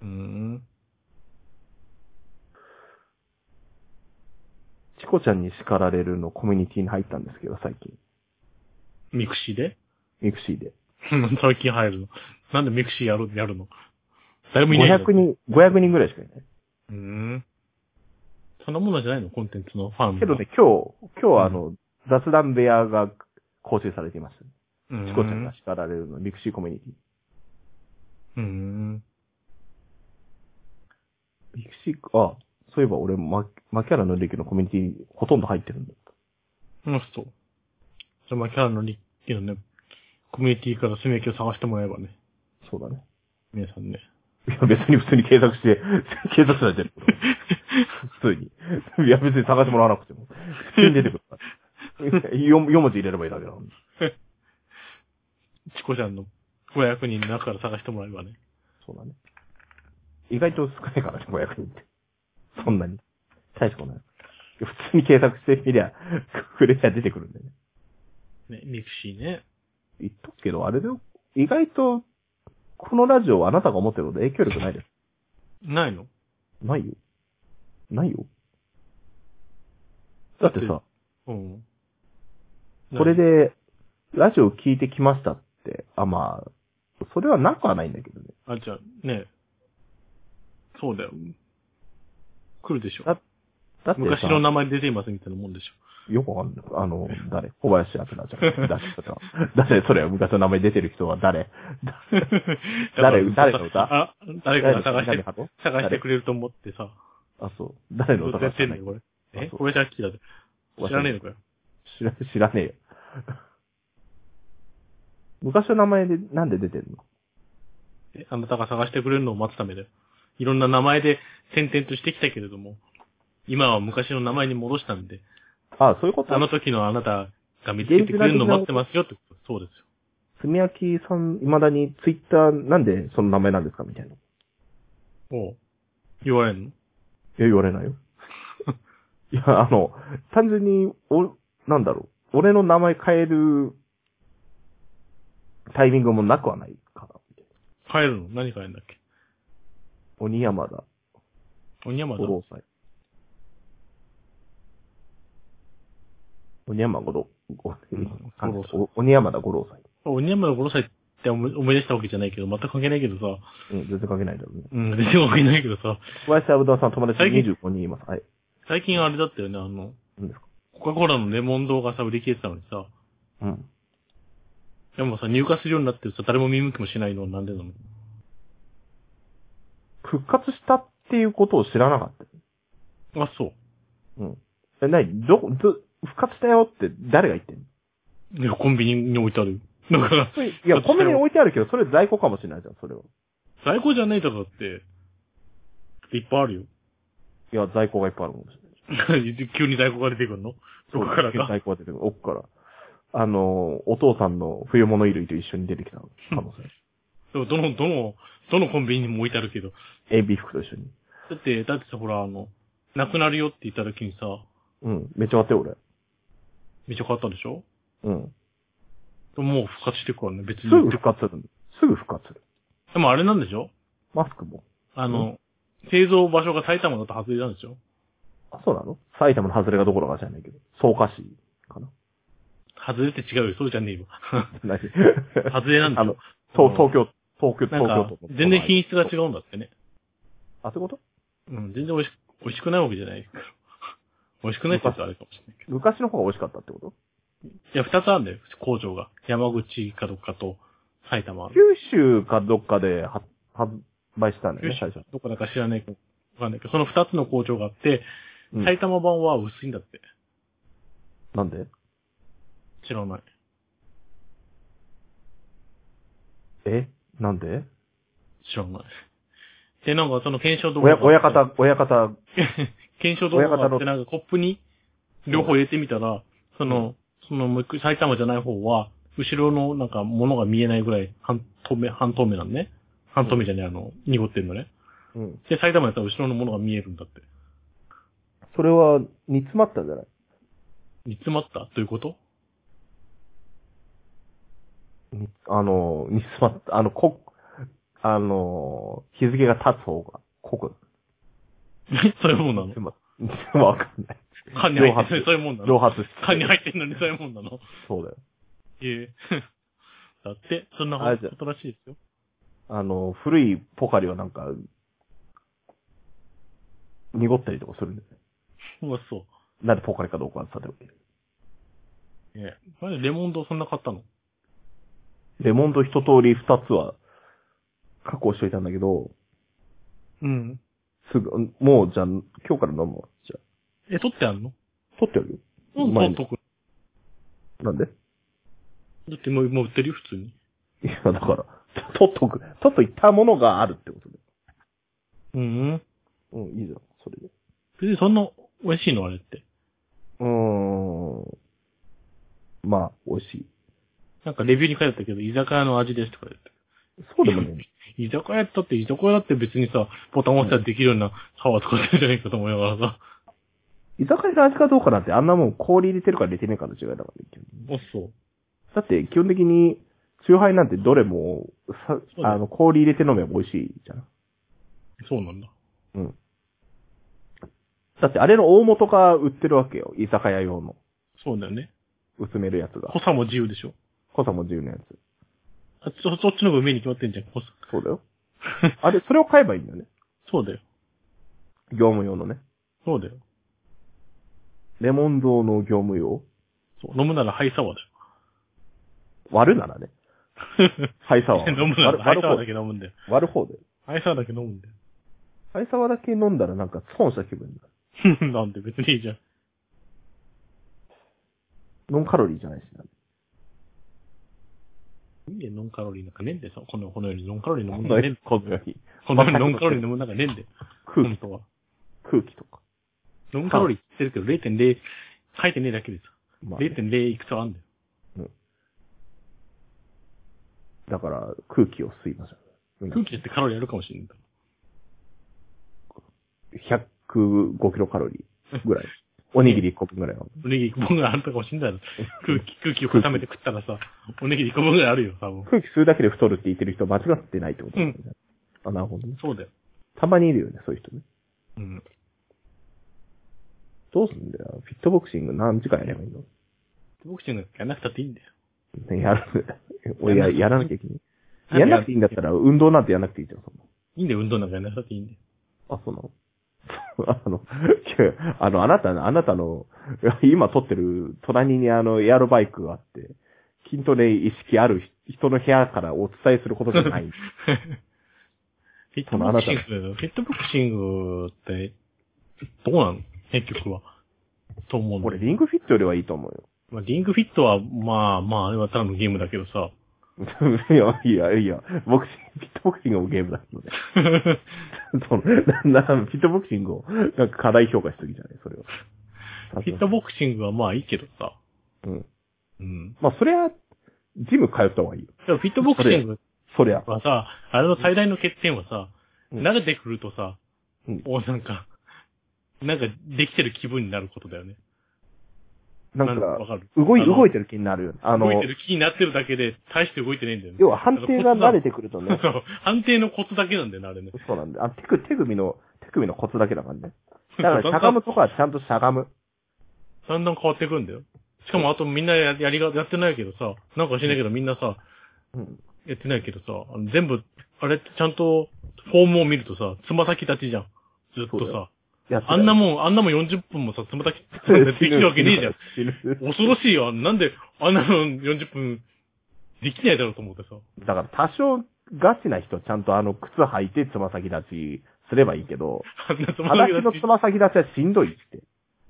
うん。チコちゃんに叱られるのコミュニティに入ったんですけど、最近。ミクシーでミクシーで。 最近入るの。なんでミクシーやる、やるの誰もいないの500人、500人ぐらいしかいない。うーん。そんなものじゃないのコンテンツのファンも。けどね、今日、今日はあの、雑談部屋が構成されています。うーん、チコちゃんが叱られるの、ミクシーコミュニテうーん。ィ。ミクシー、あ、そういえば俺、ま、マキャラの歴のコミュニティほとんど入ってるんだ。うん、そう。じゃあ、まあ、キャラのリッキーのね、コミュニティからすみきを探してもらえばね、そうだね。皆さ んね。いや、別に普通に検索して、検索されてる。普通に。いや、別に探してもらわなくても。普通に出てくるから。4, 文字入れればいいだけだもん。チコちゃんの500人の中から探してもらえばね。そうだね。意外と少ないからね、500人って。そんなに。大したことない。普通に検索してみりゃ、クレア出てくるんだよね。ね、ミクシーね。言っとくけど、あれだよ。意外と、このラジオはあなたが思ってるので影響力ないです。ないのないよ。ないよ。だってさ、うん。これで、ラジオ聞いてきましたって、あ、まあ、それはなくはないんだけどね。あ、じゃあ、ねそうだよ。来るでしょだ。だって昔さ、の名前出ていますみたいなもんでしよくわかんない。あの、誰小林明菜ちゃん。誰だ か誰それ昔の名前出てる人は誰 ょ。誰だか誰らの歌あ、誰かが探し誰て、かの探してくれると思ってさ。あ、そう。誰の歌やかっ知らてんなのいよ、これ。あえそう小林明だって。知らねえのかよ。知ら知らねえよ。 昔の名前で、なんで出てんのえあなたが探してくれるのを待つためだよ。いろんな名前で転々としてきたけれども、今は昔の名前に戻したんで、あ、そういうことあの時のあなたが見つけてくれるのを待ってますよってこと。そうですよ。すみやきさん、未だにツイッターなんでその名前なんですかみたいな。いおう言われんのや、言われない よ。いや、あの、単純に、お、なんだろう。俺の名前変えるタイミングもなくはないから。変えるの何変えるんだっけ鬼山だ、鬼山だ五。郎祭。鬼山五郎、ごん五郎祭お鬼山だ五郎祭。鬼山の殺さいって思い思い出したわけじゃないけど、全く関係ないけどさ、うん、全然関係ないだろうね。うん、全然関係ないけどさ、小林アブダさん友達最近25人います。はい。最近あれだったよね、あの、何ですかコカ・コーラのレモン堂がさ、売り切れてたのにさ、うん。でもさ、入荷するようになってるさ、誰も見向きもしないのはなんでなの復活したっていうことを知らなかった。あ、そうう。ん。え、なに、どこ、ど、復活したよって誰が言ってんのいや、コンビニに置いてある。だから、それいや、復活しコたよンビニに置いてあるけど、それ在庫かもしれないじゃん、それは。在庫じゃないだろだって。いっぱいあるよ。 いや、在庫がいっぱいあるかもしれない。急に在庫が出てくるのどこからか。在庫が出てくる。奥から。あの、お父さんの冬物衣類と一緒に出てきた可能でもどの、どの、どのコンビニにも置いてあるけど。性。エビ服と一緒に。だって、だってさ、ほら、あの、なくなるよって言った時にさ、うん。めっちゃ待って、俺。めっちゃ買ったでしょうん。でももう復活してくからね、別すに。ぐ復活するのすぐ復活する。でもあれなんでしょマスクも。あの、製造場所が埼玉だと外れたんでしょあ、そうなの埼玉の外れがどころかじゃないけど。草加市かな外れって違うよ、そうじゃねえ よ。何外れなんだあよの。東東京、東京、東なん京か都、の。全然品質が違うんだってね。あ、そういうことうん、全然美味し、美味しくないわけじゃない から。美味しくないって言ったらあれかもしれないけど。昔の方が美味しかったってこといや、二つあるんだよ、工場が。山口かどっかと、埼玉。九州かどっかでは発売したんだよね、最初。どこだか知らないかわかんないけど、その二つの工場があって、うん埼玉版は薄いんだって。なんで知らない。えなんで知らない。で、なんかその検証動画親、があ親って。方、親方、 検証動画があ親っ方て、のなんかコップに両方入れてみたら、その、そのもう一個埼玉じゃない方は、後ろのなんか物が見えないぐらい半透明、半透明なんね。半透明じゃねえ、あの、濁ってるのね。うん。で、埼玉やったら後ろのものが見えるんだって。それは煮詰まったんじゃない煮詰まったということ 煮あの、煮詰まった、あの、こ、あの、日付が経つ方が濃く。えそういうもんな煮の詰ま煮詰まわかんない。缶に入ってるのにそういうもんなの蒸発して。缶に入ってるのにそういうもんなのそうだよ。ええ。 だって、そんなあれじゃことらしいですよ。あの、古いポカリはなんか、濁ったりとかするんですよ。うわ、そなんでポカリかどうかはさておき。う。ええ。なんでレモンドそんな買ったのレモンド一通り二つは確保しといたんだけど、うん。すぐ、うんもうじゃあ、今日から飲むわ。じゃえ、取ってあんのあ、取ってやるよ。うん、前取っにとく。なんでだってもう、もう売ってるよ、普通に。いや、だから、取っとく、取っといたものがあるってことで。うん。うん、いいじゃん、それで。別にそんな、美味しいのあれって。うーん。まあ、美味しい。なんかレビューに書いてあったけど、居酒屋の味ですとか言って。そうでも ね、居酒屋だって、居酒屋だって別にさ、ボタン押したらできるようなパワー使ってるじゃないかと思いながらさ。居酒屋の味かどうかなんてあんなもん氷入れてるから入れてねえかの違いだからね、基本的にあ、そう。だって基本的に、強杯なんてどれも、さうだよあの、氷入れて飲めば美味しいじゃん。そうなんだ。うん。だってあれの大元が売ってるわけよ。居酒屋用の。そうだよね。薄めるやつが濃。さも自由でしょ。濃さも自由なやつ。あそ、そっちの方が上に決まってんじゃん、濃さ。そう だよ。あれ、それを買えばいいんだよね。そうだよ。業務用のね。そうだよ。レモン堂の業務用そう。飲むならハイサワーだよ。割るな らね。ハイサワー。飲むならハ割イるサワーだ割るけ飲むんだよ。方割る方で。ハイサワーだけ飲むんだよ。 ハイサワーだけ飲んだらなんか損した気分になる。なんで別にいいじゃん。ノンカロリーじゃないしな。いいね、ノンカロリーなんかねえんだよ。この、このようにノンカロリー飲こむんのだねえん世 だよ。にこのようにノンカロリー飲むなんかねえんだよ。空本気、当は。空気とか。ノンカロリーって言ってるけど0.0、書いてねえだけでさ。まあね0.0いくつあんだよ。だから、空気を吸いましょう。空気だってカロリーあるかもしれないんだ。 105キロカロリーぐらい。おにぎり1個分ぐらいは。おにぎり1個分ぐらいあったかもしれないだろ。空気、空気を固めて食ったらさ、おにぎり1個分ぐらいあるよ、多分。空気吸うだけで太るって言ってる人間違ってないってことうなんんだね。あ、なるほどね。そうだよ。たまにいるよね、そういう人ね。うん。どうすんだよ。フィットボクシング何時間やればいいのボクシングやんなくたっていいんだよ。やる、 俺ややらなきゃいけない。やななんんでくていいんだったら、運動なんてやんなくていいじゃん、そんいいんだよ、運動なんかやんなくたっていいんだよ。な。あ、そうなの あの、違うあの、あなた、あなたの、 今撮ってる隣にあの、エアロバイクがあって、筋トレ意識ある人の部屋からお伝えすることじゃ ない。フィットボクシング、フィットボクシングって、どうなの結局は。と思うんだ俺、リングフィットよりはいいと思うよ。まあ、リングフィットは、まあまあ、あれはただのゲームだけどさ。いや、 いや、いや、ボクシング、フィットボクシングもゲームだけどね。 その、な、な、フィットボクシングを、なんか課題評価しすぎじゃないそれを。フィットボクシングはまあいいけどさ。うん。うん。まあ、そりゃ、ジム通った方がいいよ。でもフィットボクシングそりゃ。はさ、あれの最大の欠点はさ、うん慣れてくるとさ、うんもうなんか、なんかできてる気分になることだよね。なんなんわか、かる動あい、の動いてる気になるよね。あの動い、てる気になってるだけで、大して動いてないんだよね。要は判定が慣れてくるとそうねそ、う判定のコツだけなんだよね、あれね。そうなんだよ。あ、手首、手首の、手首のコツだけだからね。だ から、しゃがむとかはちゃんとしゃがむ。だんだん変わってくんだよ。しかも、あとみんなややりが、やってないけどさ、なんかしないけどみんなさ、うん。やってないけどさ、あの全部、あれってちゃんと、フォームを見るとさ、つま先立ちじゃん。ずっそとうださよ。やってあんなもん、あんなもん40分もさ、つま先立ちでできるわけねえじゃん。ん。恐ろしいよ。なんで、あんなの40分、できないだろうと思ってさ。だから、多少、ガチな人はちゃんとあの、靴履いてつま先立ちすればいいけど、あんなつま裸先の立つち。ま先立ちはしんどいって。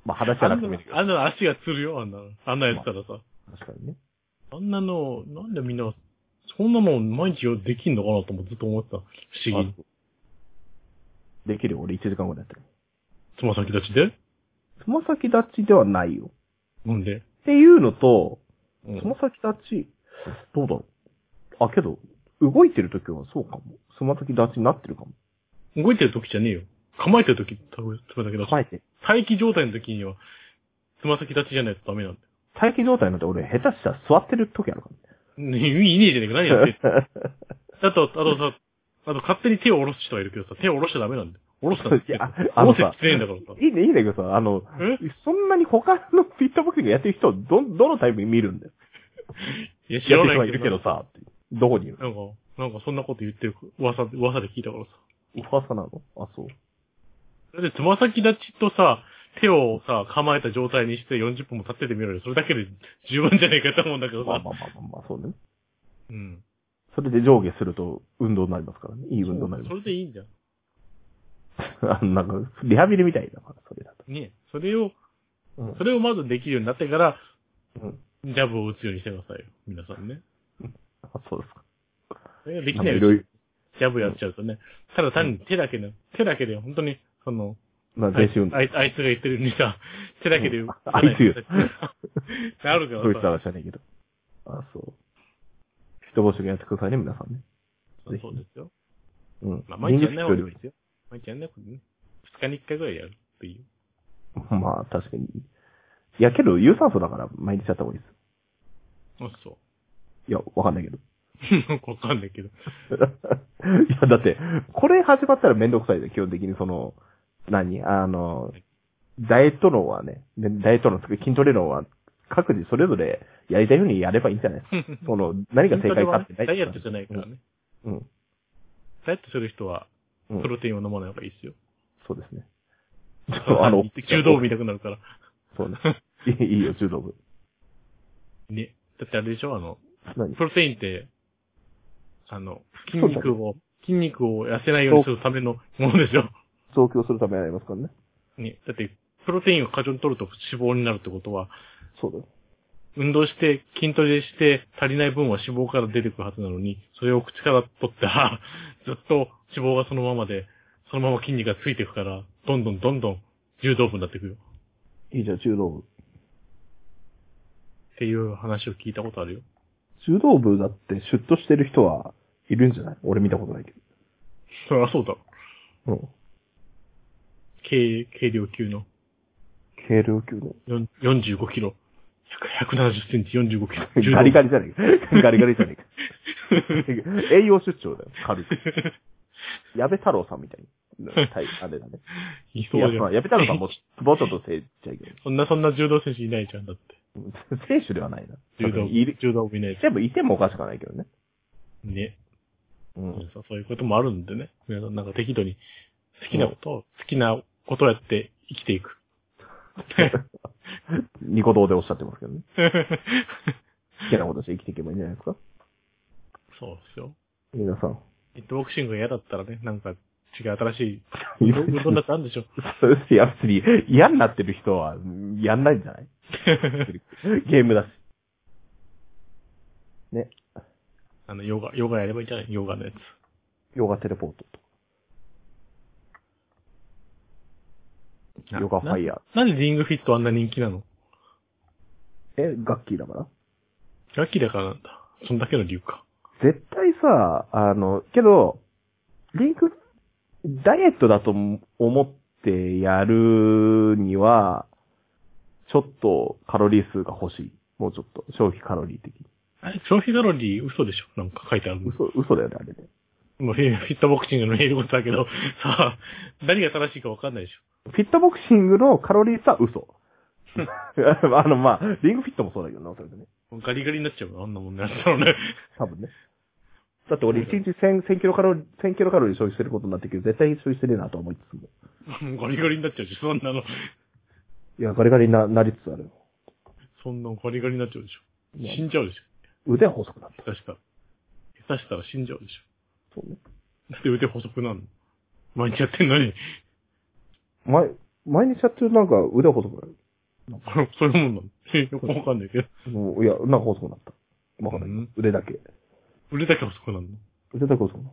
まあ、裸じあゃなんくてもいいけどな、あんなの足がつるよ、あんなの。あんなやってたらさ。確かにね。あんなの、なんでみんな、そんなの毎日できんのかなともずっと思ってた。不思議に。あできるよ、俺1時間ぐらいやってる。つま先立ちでつま先立ちではないよ。なんで、っていうのと、うんつま先立ち、どうだろう。あ、けど、動いてる時はそうかも。つま先立ちになってるかも。動いてる時じゃねえよ。構えてる時、たぶんつま先立ち。耐えて。待機状態の時には、つま先立ちじゃないとダメなんだよ。待機状態なんて俺下手したら座ってる時あるかね意味ねえじゃねえか。何やってんらね。 のあと、あとさ、あと勝手に手を下ろす人がいるけどさ、手を下ろしちゃダメなんだよ。下ろしたら、いや下ろせって失礼だからさ。いいね、いいねけどさ、あの、えそんなに他 のフィットボクシングやってる人をど、どのタイプに見るんだよ。いや、知やっらてる人ながいいるけどけどさ、っていうどこにいるなんか、なんかそんなこと言ってる噂、噂で聞いたからさ。噂なのあ、そう。それでつま先立ちとさ、手をさ、構えた状態にして40分も立っててみろよ。それだけで十分じゃねえかと思うんだけどまあさ。まあまあまあまあ、そうね。うん。それで上下すると運動になりますからね。いい運動になりそまれでいいんだよ。す。 あのなんか、リハビリみたいだから、それだと。ねそれを、うんそれをまずできるようになってから、うん。ジャブを打つようにしてくださいよ。皆さんね。あ、そうですか。それができななかいんいうちろにいジャブやっちゃうとね。ただ単に手だけで、手だけで本当に、その、ろ、な、あい練習運動あ。いあいつが言ってるようにさ、手だけでうん打あたないあいつよなるかそいつら らさ。は知らないけど。あ、そう。人募集やってくださいね、皆さんね。そうそうですよ。うん。まあ、毎日やんない方がい人い間ですよ。毎日やんない方がいいね。二日に一回ぐらいやるっていう。よりまあ、確かに。いや、けど、有酸素だから、毎日やった方がいいです。あ、そいや、わかんないけど。 う。わ かんないけど。いや、だって、これ始まったらめんどくさいで、基本的にその、何あの、ダイエット論はね、でダイエット論、筋トレ論は、各自それぞれやりたいようにやればいいんじゃないですか。その、何が正解かって筋トレはねダイエットですじゃないからね。うん。ダイエットする人は、うんプロテインを飲まない方がいいですよ。そうですね。 そうあ の、柔道部見たくなるから。そうね。いいいいよ、柔道部。ね。だってあれでしょあの、何プロテインって、あの、筋肉を、筋肉を痩せないようにするためのものでしょ増強するためになりますからね。ね。だって、プロテインを過剰に取ると脂肪になるってことは、そうだよ。運動して、筋トレして、足りない分は脂肪から出てくるはずなのに、それを口から取ったら、ずっと脂肪がそのままで、そのまま筋肉がついていくから、どんどんどんどん柔道部になっていくよ。いいじゃん、柔道部。っていう話を聞いたことあ るよ。柔道部だって、シュッとしてる人はいるんじゃない俺見たことないけそりゃそうだろ。ど。うん。軽、軽量級の軽量級の。 4 45キロ。100 170センチ45キ ロ。柔道ガリガリじゃねえか。ガリガリじゃ ねえか。栄養出張だよ、軽く。矢部太郎さんみたい な。タイあれだね。 いいそうや、じゃまあ、ん。矢部太郎さんも、ぼちょっとせいちゃいけない。 そんな、そんな柔道選手いないじゃん、だって。うん選手ではないな。柔道、いる。柔道部いないいても、いてもおかしくはないけどね。じゃん。ね。うん。そうそういうこともあるんでね。皆さんなんか適度に好きなことを、好きなことをやって生きて いく。ニコ動でおっしゃってますけどね。好きなことして生きていけばいいんじゃないですかそうですよ。皆さん。ネットボクシングが嫌だったらね、なんか違う新しいいや運動だってあるんでしょ。いや、別に嫌になってる人は、やんないんじゃないゲームだし。ね。あの、ヨガ、ヨガやればいいんじゃないヨガのやつ。ヨガテレポートとなか。ヨガファイヤー。なんでリングフィットあんな人気なのえ、楽器だからガキだからなんだ。そんだけの理由か。絶対さ、あの、けど、リンク、ダイエットだと思ってやるには、ちょっとカロリー数が欲しい。もうちょっと、消費カロリー的に。あれ、消費カロリー嘘でしょなんか書いてあるの。嘘、嘘だよね、あれで。もうフィフィットボクシングの英語だけど、さあ、何が正しいかわかんないでしょ。フィットボクシングのカロリー数は 嘘。あの、まあ、リングフィットもそうだけどな、それでね。もうガリガリになっちゃうからあんなもんね。だろうね。多分ね。だって俺1日1000、1000キロカロリー、1000キロカロリー消費してることになってるけど、絶対消費してねえなと思いつつも。 ガリガリになっちゃうし、そんなの。 いや、ガリガリにななりつつある。そんなガリガリになっちゃうでしいやょ。死んじゃうでし腕は細くなった。ょ。下手したら。下手したら死んじゃうでしそうね。ょ。だって腕細くなるの。毎日やってんのに。毎、毎日やってるとなんか腕細くなる。そういうもんなの。えよくわかんないけど。もういや、なんか細くなった。わかんない。うん腕だけ。腕だけ細くなるの。腕だけ細くなっ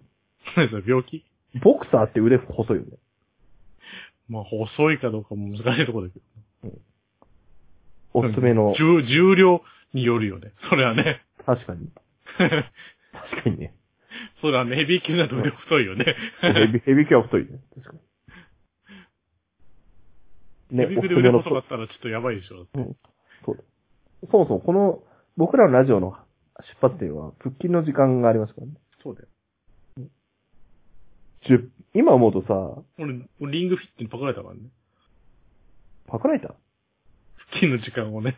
何それ、病気た。ボクサーって腕細いよね。まあ、細いかどうかも難しいところだけど。おすすめの。重、重量によるよね。それはね。 確かに。確かにね。それはね、ヘビー級だと腕太いよね。ヘ ビ、ヘビ級は太いね。確かに。ねヘビ、おーす級すでめ腕の細。かったらちょっとやばいでしょ。うん。そうだ。そもそもこの、僕らのラジオの出発点は、腹筋の時間がありますからね。そうだよ。 10今思うとさ、俺、俺リングフィットにパクられたからね。パクられた腹筋の時間をね。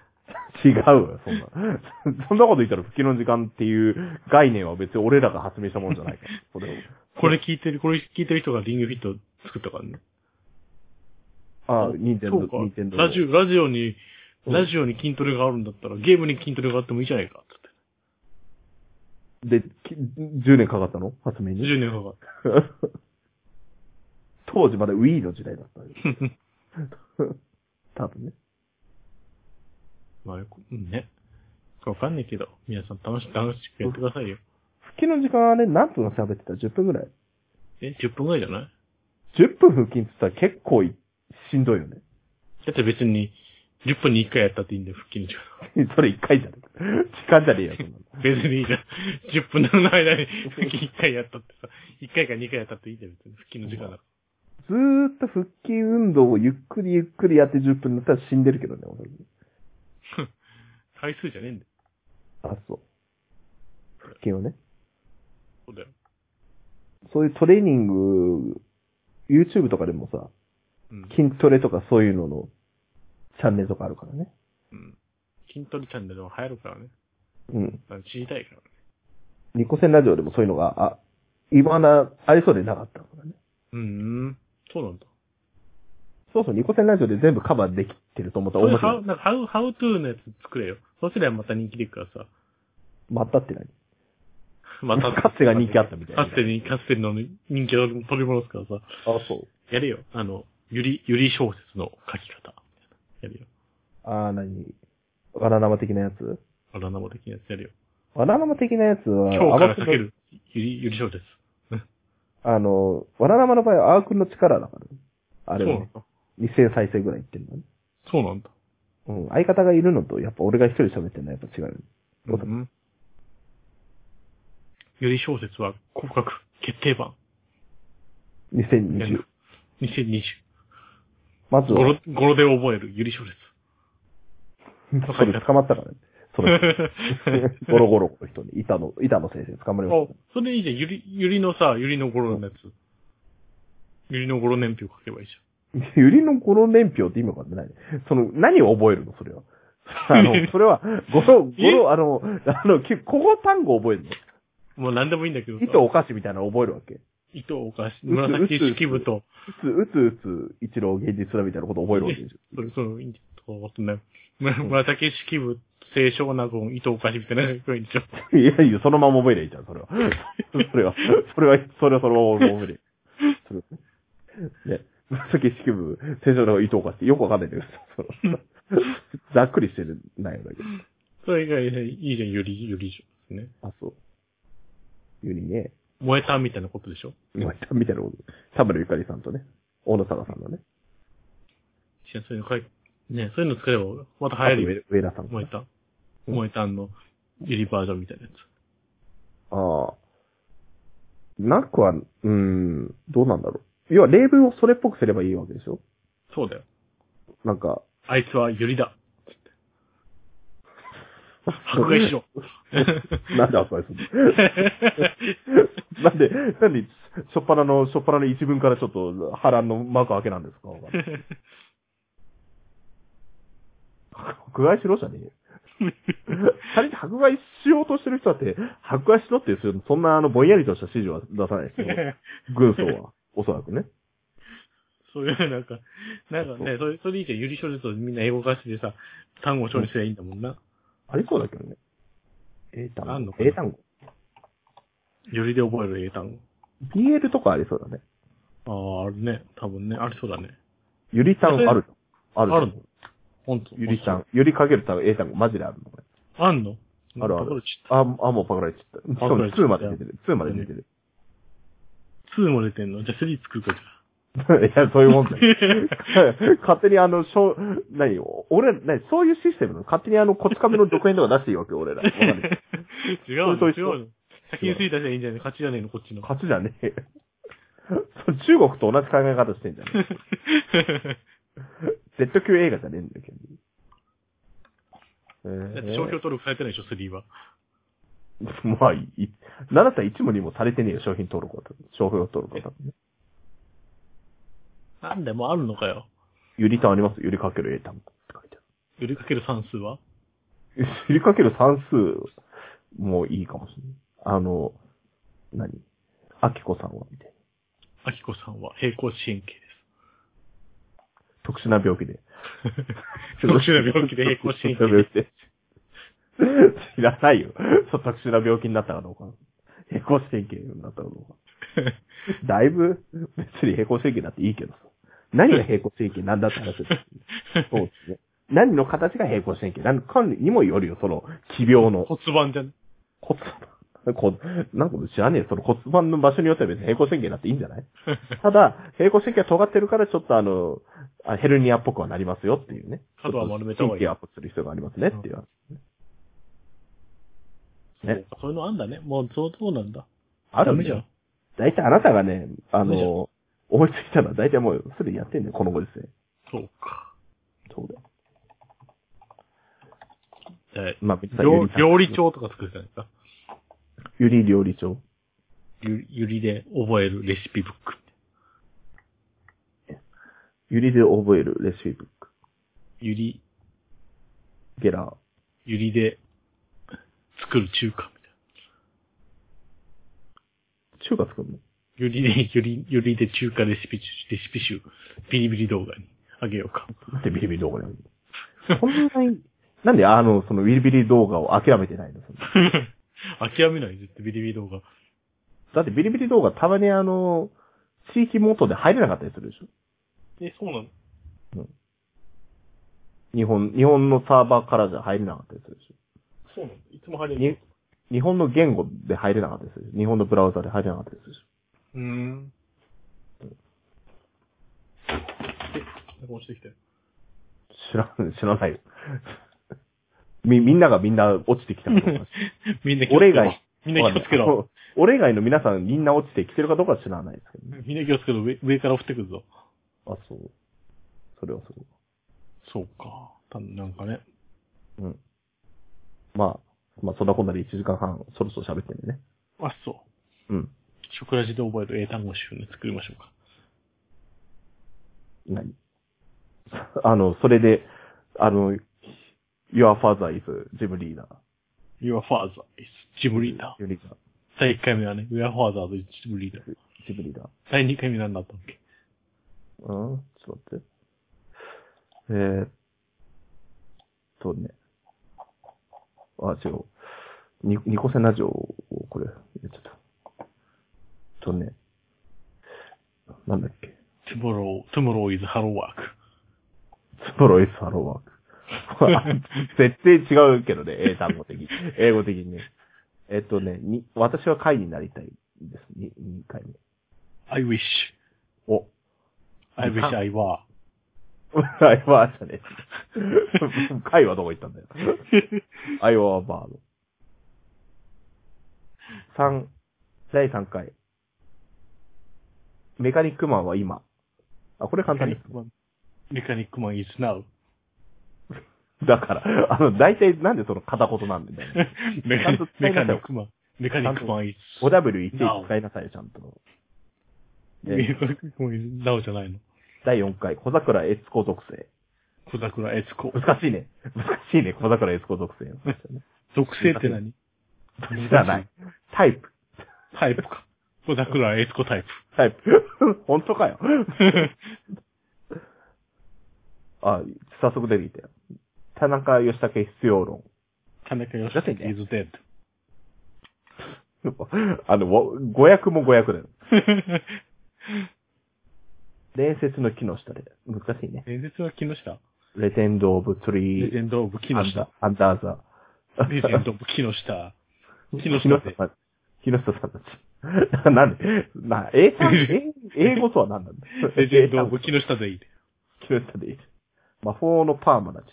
違うわそんな。 そんなこと言ったら、復帰の時間っていう概念は別に俺らが発明したものじゃないから。それを。これ聞いてる、これ聞いてる人がリングフィット作ったからね。あ、ニンテンドそうかー、ニンテンドー。ラジオ、ラジオに、うんラジオに筋トレがあるんだったら、ゲームに筋トレがあってもいいじゃないか。で、き10年かかったの発明に。 20年かか当時まだ Wii の時代だったよ。る。多分ね。 まあ、うんね。わかんないけど、皆さん楽しく、楽しくやってくださいよ。復帰の時間あれ何分喋ってた ?10 分ぐらいえ、10分ぐらいじゃない ?10 分復帰って言ったら結構いしんどいよね。 だって別に、10分に1回やったっていいんだよ、腹筋の力。 それ1回じゃねえ時間じゃねえよ、そんなの。別にいいじゃん。10分の間に腹筋1回やったってさ、1回か2回やったっていいんだよ、別に。腹筋の時間だかずーっと腹筋運動をゆっくりゆっくりやって10分だったら死んでるけどね、俺 ら。回数じゃねえんだよ。あ、そう。腹筋をね。そうだよ。そういうトレーニング、YouTube とかでもさ、うん。筋トレとかそういうののチャンネルとかあるからね。うん筋トレチャンネルは流行るからね。うん。だから知りたいからね。ニコセンラジオでもそういうのが、あ、今な、ありそうでなかったからね。うん。そうなんだ。そうそう、ニコセンラジオで全部カバーできてると思ったらそれ面ハ白ウ、い。なんか、ハウ、ハウトゥーのやつ作れよ。そうすればまた人気でいく からさ。またってない。また。かつてが人気あったみたいなかつてに、かつての人気を取り戻すからさ。あ、そう。やれよ。あの、ゆり、ゆり小説の書き方。やれよ。あー、なに。わらなま的なやつあらなも的なやつやるよ。わらなま的なやつは、今日から書アけワ君る、ゆり、ゆり小説。のあの、わらなまの場合はアークの力だからね。あれそうなもん、だ。 2000再生ぐらいいってるのね。そうなんだ。うん、相方がいるのと、やっぱ俺が一人喋ってるのはやっぱ違うよね。うそうだん。ゆり小説は広角決定版。 2020。 2020。まず語は呂、、語呂で覚えるゆり小説。それ捕まったからね。それ、 ゴロゴロの人に、板の、板の先生捕まりまおし、それいいじゃん。ゆり、ゆりのさ、ゆりの語呂のやつ。ゆりの語呂年表書けばいいじた。ゆりのゴロ年表って意味わかってないね。その、何を覚えるのそれは。あの、それは、ゴロ、ゴロ、あの、あの、きここ単語覚えるのゃん。もう何でもいいんだけどさ。糸お菓子みたいなの覚えるわけ。糸お菓子、うつ紫式部と、うつ、うつうつ、一郎現実だみたいなこと覚えるわけでしょ。それ、その、いいんだと思ってない。む紫式部、清少納言、糸お菓子みたいなのがいいんでしょ。いやいや、そのまま覚えりゃいいじゃん、それは。それは、それは、それはそのまま覚えりゃいい。それね。紫式部、先生の伊藤かってよくわかんないんだけど、そのざっくりしてる、ないんだけど。それ以外ね、いいじゃん、ゆり、ゆりじゃん。ね。あ、そう。ゆりね、燃えたみたいなことでしょ今言ったみたいなこと。田村ゆかりさんとね、大野坂さんのね、じゃあそういうの書い、ね、そういうの使えば、またあと流行るよ。上上田さんと燃えね。た。うん燃えたんの、ゆりバージョンみたいなやつ。ああ。なくは、うーん、どうなんだろう。要は例文をそれっぽくすればいいわけでしょそうだよ。なんか、あいつはゆりだ。迫害しろ。 なんであっさりするのなんで、 なんで、しょっぱなの、しょっぱなの一文からちょっと波乱のマーク開けなんですか迫害しろじゃ ねえよ。仮に迫害しようとしてる人だって、迫害しろっていう、そんなあの、ぼんやりとした指示は出さないです よ。軍曹は。おそらくね。 そういう、なんか、なんかね、それ、それでいいじゃん。ゆり小説をみんな英語化してさ、単語を処理すればいいんだもんな。ありそうだけどね。英単あんの語か。な英単語。よりで覚える英単 BL とかありそうだね。語。ああ、あるね。多分ね、ありそうだね。ゆり単語あるのああるるのほんと。ゆり単語。ゆりかける単語、英単語、マジであるのこれ。あんのあるあるところちょっあ、あ、もうパクられちゃった。しかも2まで出てる。2まで出てる。と2も出てんのじゃあ3作るかじいや、そういうもんだよ。 ゃ勝手にあの、しょう、何俺、何そういうシステムなの勝手にあの、こち亀の独演とか出していいわけ 俺ら。わかんない違それうの、違と一緒うの。先についたじゃいいんじゃない勝ちじゃねえの、こっちの。勝ちじゃねえよ。それ中国と同じ考え方してんじゃん。Z 級映画じゃねえんだけど。え だって商標登録されてないでしょ、3は。ー、まあいい。7対1も2もされてねえよ、商品登録は。商標登録は。なんでもうあるのかよ。ゆりさんありますゆりかける英単語って書いてある。売りかける算数は知りかける算数もいいかもしれない。あの、何あきこさんは、みたいな。あきこさんは平行四辺形です。特殊な病気で。 特殊な病気で平行四 辺特殊な形。病気で。知らないよ。そう、特殊な病気になったかどうか。平行四辺形になったかどうか。だいぶ、別に平行四辺形だっていいけどさ。何が平行四辺形なんだって話です。そうですね。何の形が平行四辺形何かにもよるよ、その、奇病の。 骨盤じゃん。骨盤。こなんか知らねえよその骨盤の場所によっては別に平行線形だっていいんじゃ ないただ、平行線形は尖ってるからちょっとあの、あヘルニアっぽくはなりますよっていうね。角は丸めた方がいいちょっと神経アップする必要がありますねっていう。ねそうそういうのあんだね。もうそうそうなんだ。あダるメねじゃん。大体あなたがね、あ無理じゃの、思いついたのは大体もうすでにやってんねこのご時世。そうか。そうだよ。えまあ、別に料さん料理。長とか作るじゃないですか。ゆり料理長。ゆゆりで覚えるレシピブック。ゆりで覚えるレシピブック。ゆり、ゲラー。ゆりで作る中華みたいな。中華作るのゆりで、ゆり、ゆりで中華レシピ集、レシピ集、ビリビリ動画にあげよう か。なんでビリビリ動画やる のそんなに、なんであの、そのビリビリ動画を諦めてないのその諦めない、絶対ビリビリ動画。だってビリビリ動画たまにあの、地域元で入れなかったりするでしょえ、そうなの日本、日本のサーバーからじゃ入れなかったりするでしそうなのいつも入ょに日本の言語で入れなかったりするでしょ日本のブラウザで入れなかったりするでしうーん。え、なんか落ちてきたょよ。知らない、知らないよ。み、みんながみんな落ちてきたかどうかみんな気をつ俺以けろ外。、 みんな気をつけわかんないあろ。の俺以外の皆さんみんな落ちてきてるかどうかは知らないですけどね。みんな気をつけろ。上上から降ってくるぞ。あ、そう。それはそう。そうか。たなんかね。うん。まあ、まあそんなこんなで1時間半そろそろ喋ってんでね。あ、そう。うん。食ラジで覚える英単語集ね、作りましょうか。何 あの、それで、あの、Your father is gym leader. Your father is ジブリーダー。 Gym leader. 第1回目はね、Your father is ジブリーダー。 Gym leader. 第2回目なんだったっけうんちょっと待って。えーっとね。あ、違う。に、ニコセナジオをこれ、入れちゃった。えっとね。なんだっけ。 ?Tomorrow, tomorrow is hello work. ストロイスハローワーク。これ絶対違うけどね、英単語的に。英語的にね。えっとね、に、私は会になりたいです。に、2回目。 I wish, お。 I wish I were. アイワーじゃねえ。会はどこ行ったんだよ。アイワーバード。三、第3回。メカニックマンは今。あ、これ簡単です。メカニックマン is now. だから、あの、大体なんでその片言なんだよ。 メカニちゃんと使いメましょカうニックマン。メカニックマン is, 5W1 使いなさいよ、ちゃんと。で メカニックマン is now じゃないの。第4回、小桜悦子属性。小桜悦 子。難しいね。難しいね、小桜悦子属性。属性って何知らない。タイプ。タイプか。小桜悦子タイプ。タイプ。 本当 かよ。あ、早速出てきたよ。田中義武必要論。 田中義樹 is dead. あの、ご語訳も語訳だよ。伝説の木の下で。難しいね。伝説は木下レジェンド・オブ・ツレリジー。ェンド・オブ・木アンダ下。ーアンダーザー。レジェンド・オブ・木下。木下木下さん。木下さんたち。 なんで、な、英 単、英英語とは何なん だレジェンド・オブ・木下でいい。木下でいい。魔法のパーマな父。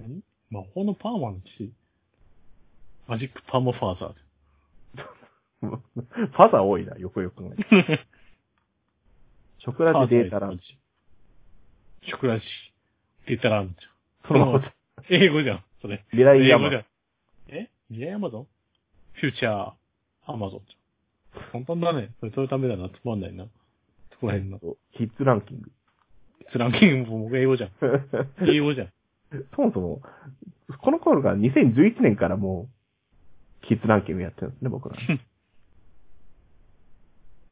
何魔法のパーマの父マジック・パーマ・ファーザー。パザー多いな、よくよく考えて。食ラジデータランチ。ショクラジ。データランチ。そのまま、英語じゃん、それ。未来英語山じゃん。え未来アマゾンフューチャー、アマゾン。簡単だね。それ、それためだな。つまんないな。そこら辺の。ヒッツランキング。 スランキングも僕英語じゃん。英語じゃん。そもそも、この頃が2011年からもう、キッズランキングやってるんですね、僕ら。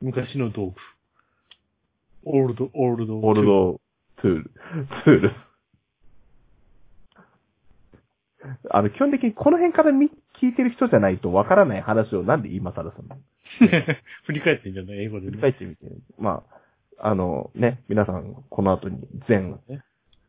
昔の道具。オールド、オールド。オール。ドツール、ツール。あの、基本的にこの辺から見聞いてる人じゃないとわからない話をなんで今更するの 振り返ってんじゃない英語で振りね。返ってみて。まあ、あのね、皆さん、この後に全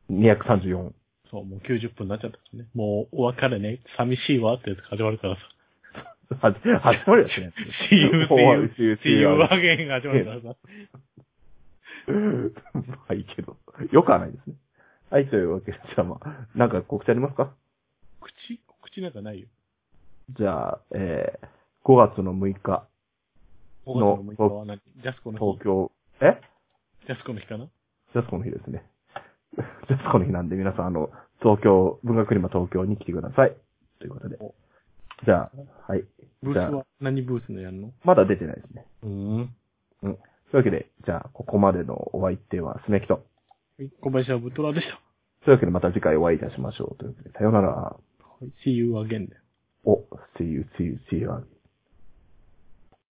234。そう、もう90分になっちゃったからね。もう、お別れね。寂しいわってやつ始まるから さ。はじ、始まるやつね。 See you, see you, see you, see you again が始まるか らさ。はい、けど。よくはないですね。はい、というわけで、じゃあまあ、なんか告知ありますか口、口なんかないよ。じゃあ、えー、5月の6日、 5月の6日は何ジャスコの東日。京、えジャスコの日かなジャスコの日ですね。 ジャスコの日なんで皆さん、あの、東京、文学リマ東京に来てください。ということでお。じゃあ、はい。ブーじゃスあ、は何ブースのやんのまだ出てないですね。うん。うん。というわけで、じゃあ、ここまでのお相手は、スネキと。はい小林はブトラでした。というわけで、また次回お会いいたしましょう。というわけで、さようなら。はい、See you again だよお、see you, see you, see you.